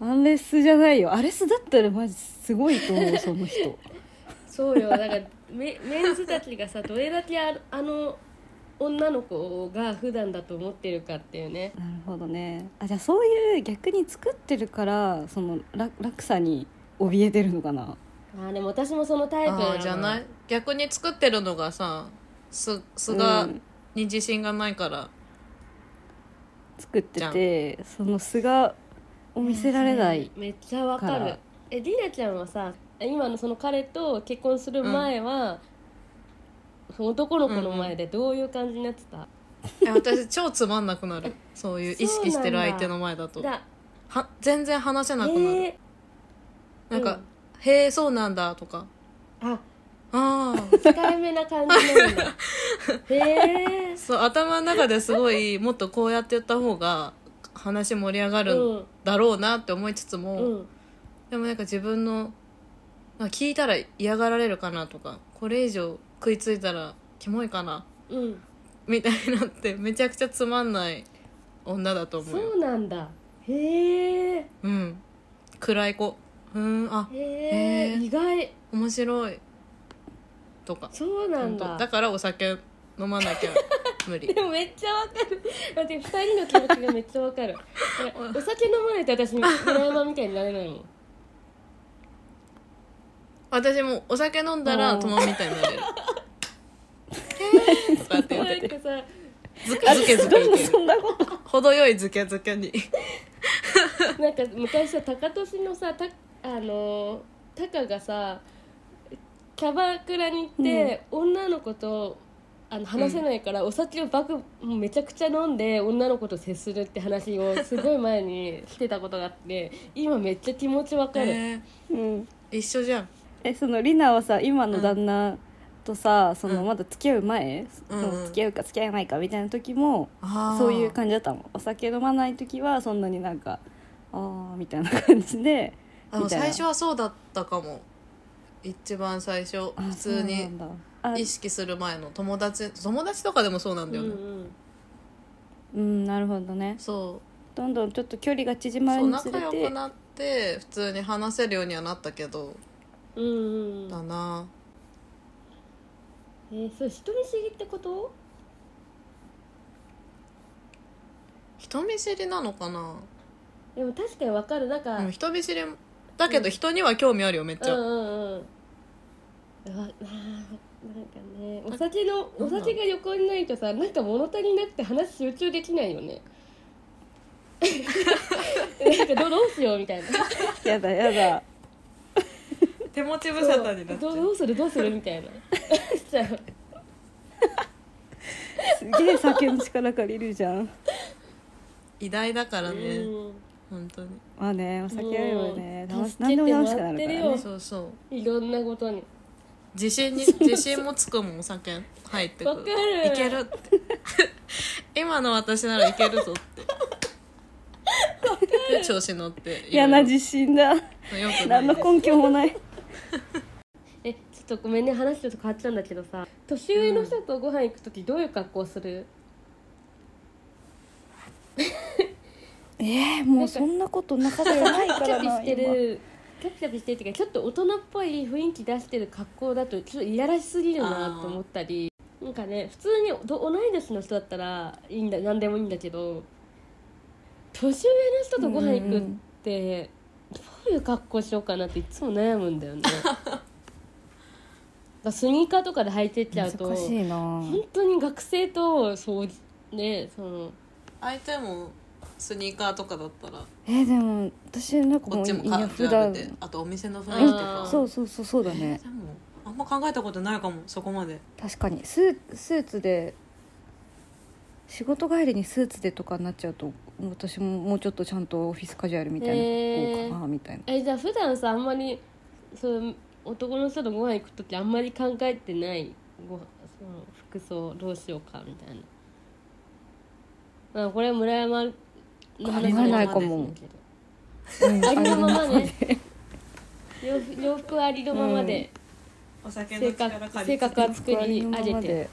[SPEAKER 2] アンレスじゃないよアレスだったらマジすごいと思うその人
[SPEAKER 1] そうよだから メメンズたちがさどれだけああの女の子が普段だと思ってるかっていうね
[SPEAKER 2] なるほどねあじゃあそういう逆に作ってるからそのら落差に怯えてるのかな
[SPEAKER 1] あーでも私もそのタイプ
[SPEAKER 3] ああじゃない逆に作ってるのがさす素が、
[SPEAKER 2] うん
[SPEAKER 3] に自信がないから
[SPEAKER 2] 作っててその素がを見せられない、
[SPEAKER 1] めっちゃわか
[SPEAKER 2] か
[SPEAKER 1] る
[SPEAKER 2] ら
[SPEAKER 1] えりなちゃんはさ今のその彼と結婚する前は、男の子の前でどういう感じになってた、
[SPEAKER 3] いや私超つまんな くなるそういう意識してる相手の前だと
[SPEAKER 1] だ
[SPEAKER 3] は全然話せ
[SPEAKER 1] え
[SPEAKER 3] なくなる、
[SPEAKER 1] ー、
[SPEAKER 3] なんか
[SPEAKER 1] うん
[SPEAKER 3] 「へえそうなんだ」とか
[SPEAKER 1] あ
[SPEAKER 3] 「ああ」
[SPEAKER 1] 控えめな感じなん だへえ
[SPEAKER 3] そう頭の中ですごいもっとこうやって言った方が話盛り上が
[SPEAKER 1] う
[SPEAKER 3] る
[SPEAKER 1] ん
[SPEAKER 3] だろうなって思いつつも、
[SPEAKER 1] うん
[SPEAKER 3] でもなんか自分のなんか聞いたら嫌がられるかなとかこれ以上食いついたらキモいかな
[SPEAKER 1] うん
[SPEAKER 3] みたいになってめちゃくちゃつまんない女だと思う
[SPEAKER 1] そ
[SPEAKER 3] よ
[SPEAKER 1] うなんだへえ
[SPEAKER 3] うん暗い子うーんあ
[SPEAKER 1] へ
[SPEAKER 3] へ
[SPEAKER 1] え
[SPEAKER 3] ー
[SPEAKER 1] 意外
[SPEAKER 3] 面白いとか
[SPEAKER 1] そうなん
[SPEAKER 3] ほ
[SPEAKER 1] だ
[SPEAKER 3] んとだからお酒飲まなきゃ 無理
[SPEAKER 1] でもめっちゃわかる待って2人の気持ちがめっちゃわか るお酒飲まないと私村山みたいになれないもん
[SPEAKER 3] 私もお酒飲んだ
[SPEAKER 2] う
[SPEAKER 3] ら
[SPEAKER 2] ん
[SPEAKER 3] 友みたいに なれるへーとかって言
[SPEAKER 1] な
[SPEAKER 3] っ
[SPEAKER 1] ん
[SPEAKER 3] て
[SPEAKER 1] かさ
[SPEAKER 3] ずずけずけいける
[SPEAKER 2] そんなこと
[SPEAKER 3] 程よいずけずけに
[SPEAKER 1] なんか昔さ高俊のさたあのータカがさキャバクラに行って、女の子とあの話せないから、お酒をバクめちゃくちゃ飲んで女の子と接するって話をすごい前にしてたことがあって今めっちゃ気持ちわかる、
[SPEAKER 3] へー
[SPEAKER 2] うん
[SPEAKER 3] 一緒じゃん
[SPEAKER 2] えそのリナはさ今の旦那とさ、そのまだ付き合う前、
[SPEAKER 3] うん
[SPEAKER 2] その付き合うか付き合えないかみたいな時も、
[SPEAKER 3] あー
[SPEAKER 2] そういう感じだったのお酒飲まない時はそんなになんかあーみたいな感じで
[SPEAKER 3] あの
[SPEAKER 2] みたいな
[SPEAKER 3] 最初はそうだったかも一番最初
[SPEAKER 2] あ
[SPEAKER 3] 普通
[SPEAKER 2] そうな
[SPEAKER 3] に
[SPEAKER 2] んだあ
[SPEAKER 3] 意識する前の友達友達とかでもそうなんだよね、
[SPEAKER 1] うん
[SPEAKER 2] うんなるほどね
[SPEAKER 3] そう
[SPEAKER 2] どんどんちょっと距離が縮ま
[SPEAKER 3] そ
[SPEAKER 2] る
[SPEAKER 3] う
[SPEAKER 2] につ
[SPEAKER 3] 仲
[SPEAKER 2] れ
[SPEAKER 3] 良
[SPEAKER 2] て
[SPEAKER 3] くなって普通に話せるようにはなったけど
[SPEAKER 1] うんうんうん
[SPEAKER 3] だな
[SPEAKER 1] えー、そう人見知りってこと
[SPEAKER 3] 人見知りなのかな、
[SPEAKER 1] でも確かにわかるなんか、
[SPEAKER 3] で
[SPEAKER 1] う
[SPEAKER 3] も
[SPEAKER 1] ん、
[SPEAKER 3] 人見知りだけど人には興味あるよめっち
[SPEAKER 1] う
[SPEAKER 3] ゃ、
[SPEAKER 1] んうんうんうわあーなんかねお酒のお酒が横にないとさなんか物足りなくて話集中できないよ ねなんかどうどうしようみたいな
[SPEAKER 2] やだやだ
[SPEAKER 3] 手持ち無沙汰になっちゃ
[SPEAKER 1] どうど
[SPEAKER 3] う
[SPEAKER 1] うするどうするみたいなしちゃ う
[SPEAKER 2] すげえ酒の力借りるじゃん
[SPEAKER 3] 偉大だからね、
[SPEAKER 1] うん
[SPEAKER 3] 本当に
[SPEAKER 2] まあねお酒あればね
[SPEAKER 1] もう
[SPEAKER 2] 楽し何でも楽しくなるから
[SPEAKER 1] 助けてもらってる
[SPEAKER 2] ね
[SPEAKER 1] よ
[SPEAKER 3] そうそう
[SPEAKER 1] いろんなことに
[SPEAKER 3] 自信に自信もつくもんお酒入ってく
[SPEAKER 1] わかる
[SPEAKER 3] いけるって今の私ならいけるぞって調子乗っていろいろ
[SPEAKER 2] 嫌な自信 だ
[SPEAKER 3] よくな
[SPEAKER 2] 何
[SPEAKER 3] い
[SPEAKER 2] の根拠もない
[SPEAKER 1] えちょっとごめんね話ちょっと変わっちゃうんだけどさ年上の人とご飯行く時どういう格好する、
[SPEAKER 2] えー、もうそんなことなかったないか
[SPEAKER 1] キャ
[SPEAKER 2] ら
[SPEAKER 1] ピ
[SPEAKER 2] な
[SPEAKER 1] して
[SPEAKER 2] 今
[SPEAKER 1] るキャピキャピしてるっていうかちょっと大人っぽい雰囲気出してる格好だとちょっといやらしすぎるなと思ったりなんかね普通にど同い年の人だったらいいんだ何でもいいんだけど年上の人とご飯行くってどういう格好しようかなっていつも悩むんだよ ねだからスニーカーとかで履いてっちゃうと
[SPEAKER 2] 難しいな
[SPEAKER 1] 本当に学生とそうねその
[SPEAKER 3] 相手もスニーカーとかだったら
[SPEAKER 2] えー、でも私なんかも
[SPEAKER 3] こっ
[SPEAKER 2] うい
[SPEAKER 3] ちも
[SPEAKER 2] い
[SPEAKER 3] 買
[SPEAKER 2] や
[SPEAKER 3] って
[SPEAKER 2] 普
[SPEAKER 3] あ
[SPEAKER 2] 段
[SPEAKER 3] げてあとお店の雰囲気と
[SPEAKER 1] あ
[SPEAKER 3] か
[SPEAKER 1] ー
[SPEAKER 2] そうそうそうそうだ
[SPEAKER 3] え
[SPEAKER 2] ね
[SPEAKER 3] ーでもあんま考えたことないかもそこまで
[SPEAKER 2] 確かにスースーツで仕事帰りにスーツでとかになっちゃうと私ももうちょっとちゃんとオフィスカジュアルみたいな
[SPEAKER 1] へー
[SPEAKER 2] こうかなみたいな
[SPEAKER 1] えじゃあ普段さあんまりそう男の人とご飯行く時あんまり考えてないご飯その服装どうしようかみたいな、まあ、これは村山の
[SPEAKER 2] あり
[SPEAKER 1] 話
[SPEAKER 2] えない
[SPEAKER 3] か
[SPEAKER 2] も
[SPEAKER 1] ありのままね洋服洋服はありのままで、
[SPEAKER 3] お酒
[SPEAKER 1] 性格性格は作り上げて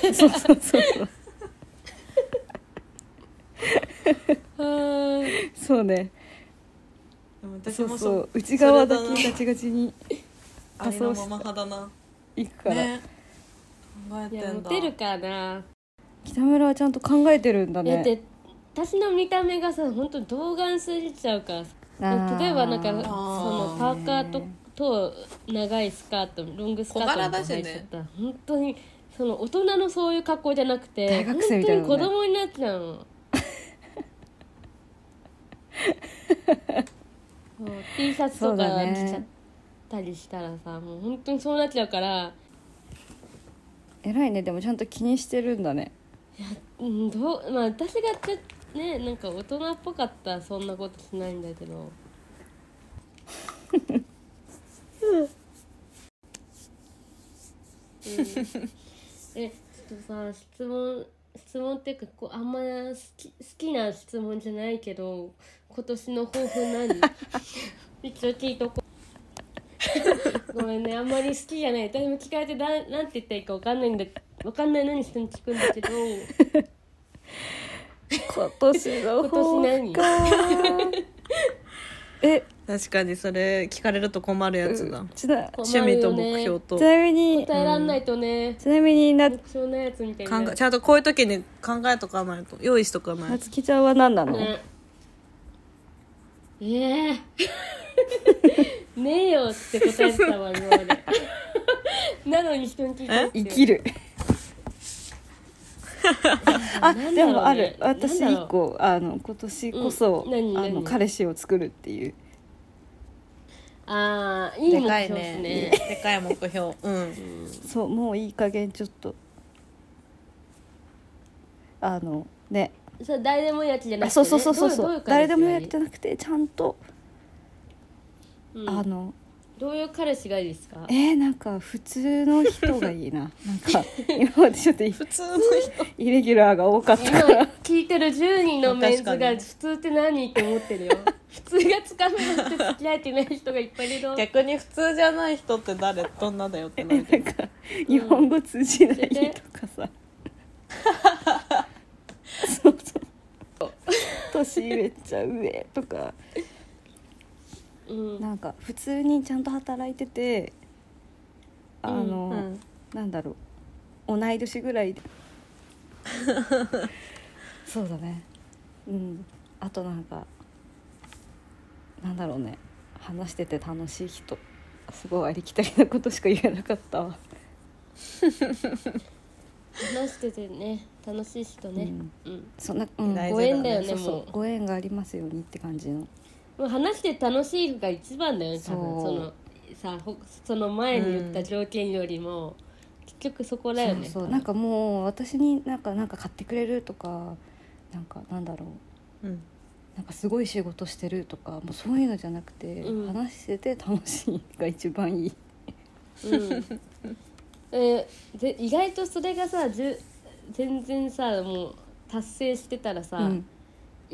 [SPEAKER 2] てそうそうそうそう
[SPEAKER 1] はーい
[SPEAKER 2] そうね
[SPEAKER 3] 私
[SPEAKER 2] そ
[SPEAKER 3] も
[SPEAKER 2] う
[SPEAKER 3] そ
[SPEAKER 2] そうう内側だけガチガチに
[SPEAKER 3] ありのまま派だな
[SPEAKER 2] 行くから、
[SPEAKER 3] ね考え
[SPEAKER 1] い
[SPEAKER 3] て
[SPEAKER 1] やモ
[SPEAKER 3] んだ
[SPEAKER 1] テるからな
[SPEAKER 2] 北村はちゃんと考えてるんだ
[SPEAKER 1] だっ
[SPEAKER 2] ね
[SPEAKER 1] て私の見た目がさ本当に童顔すぎちゃうからさ
[SPEAKER 2] あー
[SPEAKER 1] 例えばなんかそ
[SPEAKER 2] あ
[SPEAKER 1] のパーカーとと長いスカートロングスカート
[SPEAKER 3] 小柄だしね
[SPEAKER 1] みたいなの履いちゃったら本当にその大人のそういう格好じゃなくて
[SPEAKER 2] 大学生みたいなのね
[SPEAKER 1] 本当に子供になっちゃう の。そう T シャツ
[SPEAKER 2] そ
[SPEAKER 1] と
[SPEAKER 2] う
[SPEAKER 1] か
[SPEAKER 2] だね
[SPEAKER 1] 着ちゃったりしたらさもう本当にそうなっちゃうから
[SPEAKER 2] 偉いねでもちゃんと気にしてるんだね
[SPEAKER 1] うんどうまあ私がちょねなんか大人っぽかったらそんなことしないんだけどうんえちょっとさ質問質問っていうかこうあんま好き好きな質問じゃないけど今年の抱負何一応聞いとこう ごめんねあんまり好きじゃない私も聞かれてだなんて言ったらいいかわかんないんだわかんないのに人に聞くんだけど
[SPEAKER 2] 今年の
[SPEAKER 1] 今年何
[SPEAKER 2] 何 え
[SPEAKER 3] 確かにそれ聞かれると困るやつだ
[SPEAKER 2] ちな
[SPEAKER 3] 趣味と目標と
[SPEAKER 2] ちなみに
[SPEAKER 1] 答えらんないとね、
[SPEAKER 2] ちなみにな
[SPEAKER 1] 目標のやつみたい
[SPEAKER 3] 考
[SPEAKER 1] な
[SPEAKER 3] えちゃんとこういう時に考えとかないと用意しとかな
[SPEAKER 2] ない
[SPEAKER 3] と
[SPEAKER 2] つきちゃんは何なの、
[SPEAKER 1] ねええ ねえよって答えてたわ今 までなのに人に聞いて
[SPEAKER 2] 生き
[SPEAKER 1] る
[SPEAKER 2] るあ
[SPEAKER 1] なん
[SPEAKER 2] で
[SPEAKER 1] だろうね
[SPEAKER 2] もある私
[SPEAKER 1] なんだろう
[SPEAKER 2] 一個あの今年こそ、
[SPEAKER 1] うん何
[SPEAKER 2] あの
[SPEAKER 1] 何
[SPEAKER 2] 彼氏を作るっていう
[SPEAKER 1] ああいい目標ですね
[SPEAKER 3] でかい目標うん
[SPEAKER 2] そうもういい加減ちょっとあのね
[SPEAKER 1] それ誰でもいいやつじゃなくて、
[SPEAKER 2] あ
[SPEAKER 1] ね、
[SPEAKER 2] そうそうそうそう
[SPEAKER 1] ど
[SPEAKER 2] そう
[SPEAKER 1] どい彼氏
[SPEAKER 2] 誰でもやりじゃなくてちゃんと、
[SPEAKER 1] うん
[SPEAKER 2] あの
[SPEAKER 1] どういう彼氏がいいですか
[SPEAKER 2] えー、なんか普通の人がいいななんか今までちょっとイ
[SPEAKER 3] 普通の
[SPEAKER 2] イレギュラーが多かった
[SPEAKER 1] 今
[SPEAKER 2] から
[SPEAKER 1] 聞いてる10人のメンズ
[SPEAKER 3] 確か
[SPEAKER 1] が
[SPEAKER 3] に
[SPEAKER 1] 普通って何って思ってる よ普通がつかめなくて付き合えてない人がいっぱいいるよ
[SPEAKER 3] 人逆に普通じゃない人って誰どんなだよってなるけど
[SPEAKER 2] 日本語通じない人かさ、そうそう年めっちゃ上とか
[SPEAKER 1] うん
[SPEAKER 2] なんか普通にちゃんと働いててあの、
[SPEAKER 3] うん
[SPEAKER 2] なんだろう同い年ぐらいでそうだねうんあとなんかなんだろうね話してて楽しい人すごいありきたりなことしか言えなかったわ
[SPEAKER 1] 話しててね楽しい人ねうん、
[SPEAKER 2] そんな、うん、
[SPEAKER 3] 大
[SPEAKER 1] ご
[SPEAKER 3] 事だね
[SPEAKER 1] 縁だよね
[SPEAKER 2] そう
[SPEAKER 1] も
[SPEAKER 2] そううご縁がありますようにって感じの
[SPEAKER 1] もう話して楽しいが一番だよね多分
[SPEAKER 2] そう
[SPEAKER 1] そのさほその前に言った条件よりも、結局そこだよね
[SPEAKER 2] そうそう
[SPEAKER 1] 多分
[SPEAKER 2] なんかもう私になんかなんか買ってくれるとかなんかなんだろう
[SPEAKER 3] うん
[SPEAKER 2] なんかすごい仕事してるとかもうそういうのじゃなくて、
[SPEAKER 1] うん
[SPEAKER 2] 話してて楽しいが一番
[SPEAKER 1] う
[SPEAKER 2] いい
[SPEAKER 1] ん、えーで意外とそれがさじゅ全然さもう達成してたらさ、
[SPEAKER 2] うん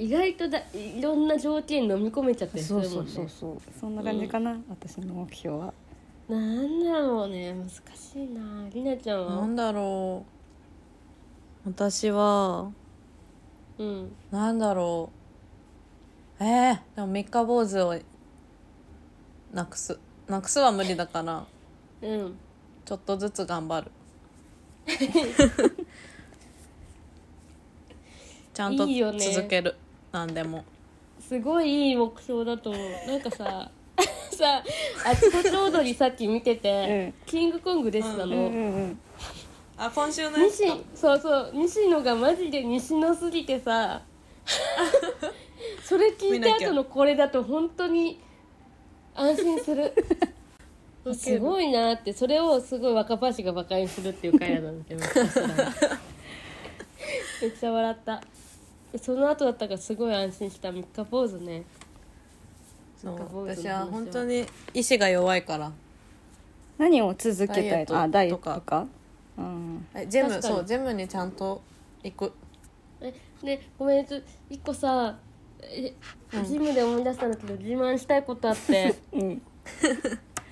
[SPEAKER 1] 意外とだいろんな条件飲み込めちゃって
[SPEAKER 2] そうそうそ
[SPEAKER 1] そ
[SPEAKER 2] うそうそんな感じかな、私の目標は
[SPEAKER 1] うなんだろうね難しいなりなちゃん
[SPEAKER 3] な
[SPEAKER 1] は
[SPEAKER 3] んだろう私は
[SPEAKER 1] うん
[SPEAKER 3] なんだろうえー、でも三日坊主をなくすなくすは無理だから
[SPEAKER 1] うん
[SPEAKER 3] ちょっとずつ 頑張るちゃんと
[SPEAKER 1] いいよね
[SPEAKER 3] 続けるなんでも
[SPEAKER 1] すごいいい目標だと思うなんか ささあちこち踊りさっき見てて、キングコングでした
[SPEAKER 2] う
[SPEAKER 1] の、
[SPEAKER 2] んうんうん
[SPEAKER 3] あ今週の
[SPEAKER 1] 西そうそう西野がマジで西野すぎてさそれ聞い
[SPEAKER 3] 見な
[SPEAKER 1] た
[SPEAKER 3] きゃ
[SPEAKER 1] 後のこれだと本当に安心する すごいなってそれをすごい若林がバカにするっていう回なんだけどめっちゃ笑ったその後だったからすごい安心した三日坊主ね
[SPEAKER 3] そう
[SPEAKER 1] なんか坊主の話
[SPEAKER 3] 私は本当に意志が弱いから
[SPEAKER 2] 何を続けたい
[SPEAKER 3] ダイエット
[SPEAKER 2] あダイエット
[SPEAKER 3] と
[SPEAKER 2] とかうん
[SPEAKER 3] えジ
[SPEAKER 1] 確
[SPEAKER 3] ム
[SPEAKER 1] かに
[SPEAKER 3] そうジムにちゃんと行く
[SPEAKER 1] えねごめんちょ一個さえジムで思い出したんだけど自慢したいことあって
[SPEAKER 2] うん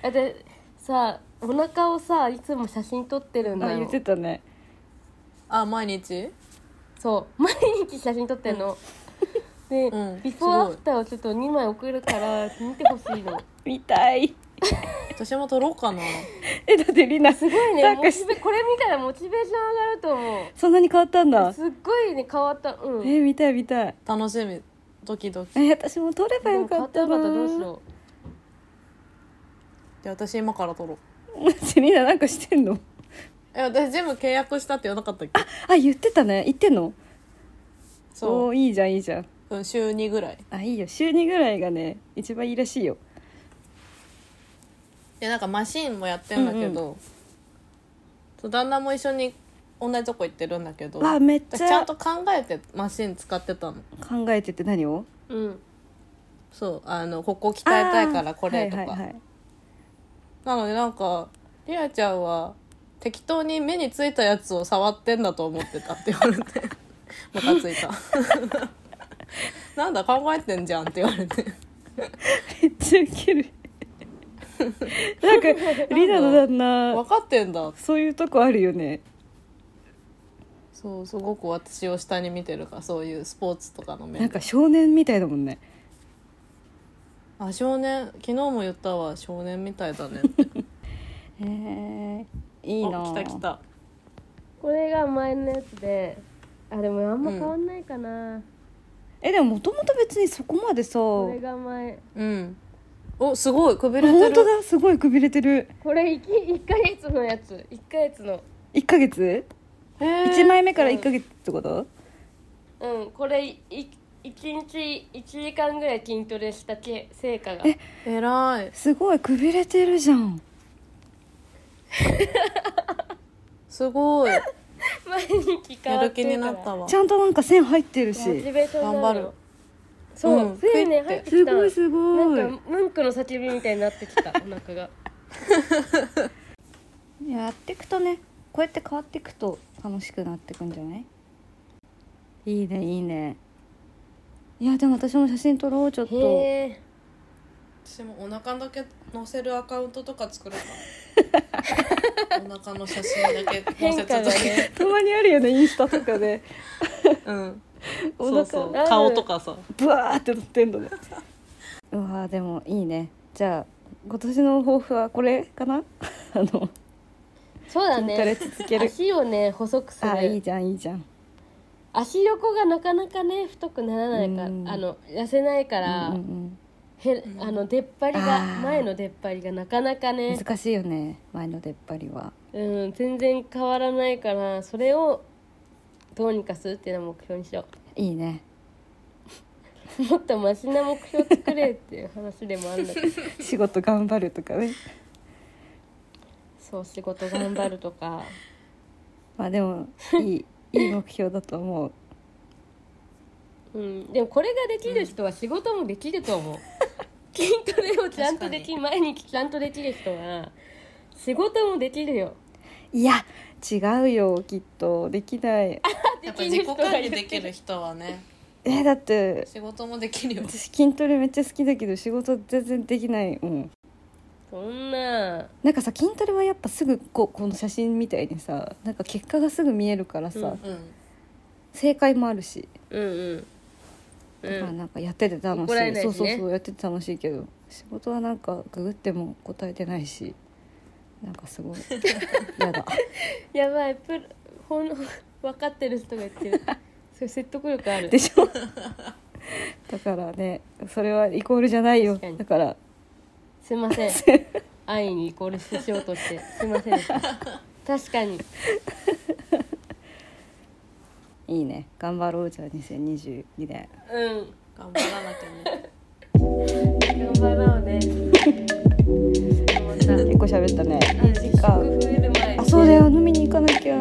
[SPEAKER 1] あでさお腹をさいつも写真撮ってるん
[SPEAKER 2] あ
[SPEAKER 1] だ
[SPEAKER 2] 言
[SPEAKER 1] よ
[SPEAKER 2] ってたね
[SPEAKER 3] あ毎日
[SPEAKER 1] そう毎日写真撮ってんの、で、
[SPEAKER 3] うん
[SPEAKER 1] ビフォーアフターをちょっと2枚送るから見てほしいの
[SPEAKER 2] 見たい
[SPEAKER 3] 私も撮ろうかな
[SPEAKER 2] えだってりなす
[SPEAKER 1] すごいね
[SPEAKER 2] なん
[SPEAKER 1] モ
[SPEAKER 2] か
[SPEAKER 1] チベこれ見たらモチベーション上がると思
[SPEAKER 2] そんなに変わったんだ
[SPEAKER 1] うすっごいね変わったうん
[SPEAKER 2] え見たい見たい
[SPEAKER 3] 楽しみドキドキ
[SPEAKER 2] え私も撮れば
[SPEAKER 1] で
[SPEAKER 2] よ
[SPEAKER 1] も変
[SPEAKER 2] か
[SPEAKER 1] わっ
[SPEAKER 2] ったた
[SPEAKER 1] ら
[SPEAKER 2] な
[SPEAKER 1] どうしよう
[SPEAKER 3] で私今から撮ろう
[SPEAKER 2] セリーナなんかしてんの
[SPEAKER 3] え私ジム契約したって言わなかったっけ
[SPEAKER 2] あ言ってたね行ってんのお
[SPEAKER 3] そ
[SPEAKER 2] ーいいじゃんいいじゃん
[SPEAKER 3] う、うん、週2ぐらい
[SPEAKER 2] あいいよ週2ぐらいがね一番いいらしいよ
[SPEAKER 3] でなんかマシーンもやってんだけど、そう旦那も一緒に同じとこ行ってるんだけど
[SPEAKER 2] わめっ
[SPEAKER 3] 私
[SPEAKER 2] ち
[SPEAKER 3] ちゃ
[SPEAKER 2] ゃ
[SPEAKER 3] んと考えてマシーン使ってたの
[SPEAKER 2] 考えてて何を
[SPEAKER 1] うん
[SPEAKER 3] そうあのここ鍛えたいから
[SPEAKER 2] あー
[SPEAKER 3] これとか、
[SPEAKER 2] はいはいはい
[SPEAKER 3] なのでなんかりあちゃんは適当に目についたやつを触ってんだと思ってたって言われ てムカついた なんだ考えてんじゃんって言われ て
[SPEAKER 2] めっちゃウケるなんかリナの旦那
[SPEAKER 3] 分かってんだ
[SPEAKER 2] そういうとこあるよね
[SPEAKER 3] そうすごく私を下に見てるからそういうスポーツとかの
[SPEAKER 2] なん
[SPEAKER 3] 面
[SPEAKER 2] か少年みたいだもんね
[SPEAKER 3] あ少年昨日も言ったわ少年みたいだねって
[SPEAKER 2] へえいいな
[SPEAKER 3] お来た来た
[SPEAKER 1] これが前のやつであでもあんま変わんないかな、
[SPEAKER 2] えでももともと別にそこまでさ
[SPEAKER 1] これが
[SPEAKER 2] 本
[SPEAKER 1] 前
[SPEAKER 3] うんおすごいくびれてる
[SPEAKER 2] 当だすごいくびれてる
[SPEAKER 1] これ 1, 1ヶ月のやつ1ヶ月の
[SPEAKER 2] 1ヶ月
[SPEAKER 3] へー
[SPEAKER 2] 1枚目から1ヶ月ってこと
[SPEAKER 1] うんこれいい一日一時間ぐらい筋トレしたけ成果が
[SPEAKER 3] 偉い
[SPEAKER 2] すごいくびれてるじゃん
[SPEAKER 3] すごい
[SPEAKER 1] 毎日変
[SPEAKER 3] や
[SPEAKER 1] わっ
[SPEAKER 3] る
[SPEAKER 1] て
[SPEAKER 3] 気に
[SPEAKER 1] るから
[SPEAKER 3] なったわ
[SPEAKER 2] ちゃんとなんか線入ってる
[SPEAKER 1] モチ
[SPEAKER 2] し
[SPEAKER 1] ベーションになる
[SPEAKER 3] 頑張
[SPEAKER 1] よ
[SPEAKER 3] る
[SPEAKER 1] そう、
[SPEAKER 3] うん
[SPEAKER 1] 冬ね
[SPEAKER 3] 食
[SPEAKER 1] 入
[SPEAKER 3] い
[SPEAKER 1] っ
[SPEAKER 3] って
[SPEAKER 2] す
[SPEAKER 1] きた
[SPEAKER 2] ごいすごい
[SPEAKER 1] なんかムンクの叫びみたいになってき たお腹が
[SPEAKER 2] やっていくとねこうやって変わっていくと楽しくなってくんじゃないいいねいいねいやでも私も写真撮ろうちょっと
[SPEAKER 1] へえ
[SPEAKER 3] 私もお腹だけ載せるアカウントとか作るかなお腹の写真だけ載せ
[SPEAKER 1] 変化が
[SPEAKER 3] 続ける
[SPEAKER 1] ね
[SPEAKER 2] たまにあるよねインスタとかで
[SPEAKER 3] うん
[SPEAKER 2] お腹
[SPEAKER 3] そうそう
[SPEAKER 1] ある
[SPEAKER 3] 顔とかさ
[SPEAKER 2] ブワーって撮ってんのねうわーでもいいねじゃあ今年の抱負はこれかな あの
[SPEAKER 1] そうだ
[SPEAKER 2] 筋トレ
[SPEAKER 1] ね
[SPEAKER 2] 続ける
[SPEAKER 1] 足をね細くす
[SPEAKER 2] あいい
[SPEAKER 1] る
[SPEAKER 2] じゃんいいじゃん
[SPEAKER 1] 足横がなかなかね太くならないからあ
[SPEAKER 2] うん
[SPEAKER 1] の痩せないから、
[SPEAKER 2] うんうん
[SPEAKER 1] へあの出っ張りが
[SPEAKER 2] あー
[SPEAKER 1] 前の出っ張りがなかなか
[SPEAKER 2] うん
[SPEAKER 1] ね
[SPEAKER 2] 難しいよね前の出っ張りは
[SPEAKER 1] うん、全然変わらないからそれをどうにかするっていうのを目標にしよ
[SPEAKER 2] いいね
[SPEAKER 1] う もっとマシな目標作れっていう話でもあるんだけ ど
[SPEAKER 2] 仕事頑張るとかね
[SPEAKER 1] そう仕事頑張るとか
[SPEAKER 2] まあ でもいいいい目標だと思う
[SPEAKER 1] うんでもこれができる人は仕事もできると 思う、筋トレをちゃんとでき毎日ちゃんとできる人は仕事もできるよ
[SPEAKER 2] いや違うよきっとできない
[SPEAKER 1] やっぱ自己管理で
[SPEAKER 3] きる人はね
[SPEAKER 2] えだって
[SPEAKER 3] 仕事もできるよ
[SPEAKER 2] 私筋トレめっちゃ好きだけど仕事全然できないもん
[SPEAKER 1] そんな
[SPEAKER 2] なんかさ筋トレはやっぱすぐこうこの写真みたいにさなんか結果がすぐ見えるからさ、
[SPEAKER 1] うん
[SPEAKER 3] うん
[SPEAKER 2] 正解もあるし
[SPEAKER 1] うんうんう
[SPEAKER 2] だから
[SPEAKER 1] ん
[SPEAKER 2] なんかやってて楽し
[SPEAKER 1] 怒
[SPEAKER 2] い、
[SPEAKER 1] られないし
[SPEAKER 2] そ
[SPEAKER 1] ね
[SPEAKER 2] うそうそうやってて楽しいけど仕事はなんかググっても答えてないしなんかす ごいやだ
[SPEAKER 1] やばいプロほん 分かってる人が言 ってるそれ説得力ある
[SPEAKER 2] でしょだからねそれはイコールじゃないよ
[SPEAKER 1] 確かに
[SPEAKER 2] だから
[SPEAKER 1] すいま せん愛にイコールしてしようとしてすいませんでした確かに
[SPEAKER 2] いいね頑張ろうじゃあ2022年
[SPEAKER 1] うん
[SPEAKER 3] 頑張らなきゃね
[SPEAKER 1] 頑張ろうね思った
[SPEAKER 2] 結構喋ったね
[SPEAKER 1] あの食増える前に
[SPEAKER 2] あそうだよ飲みに行かなきゃ。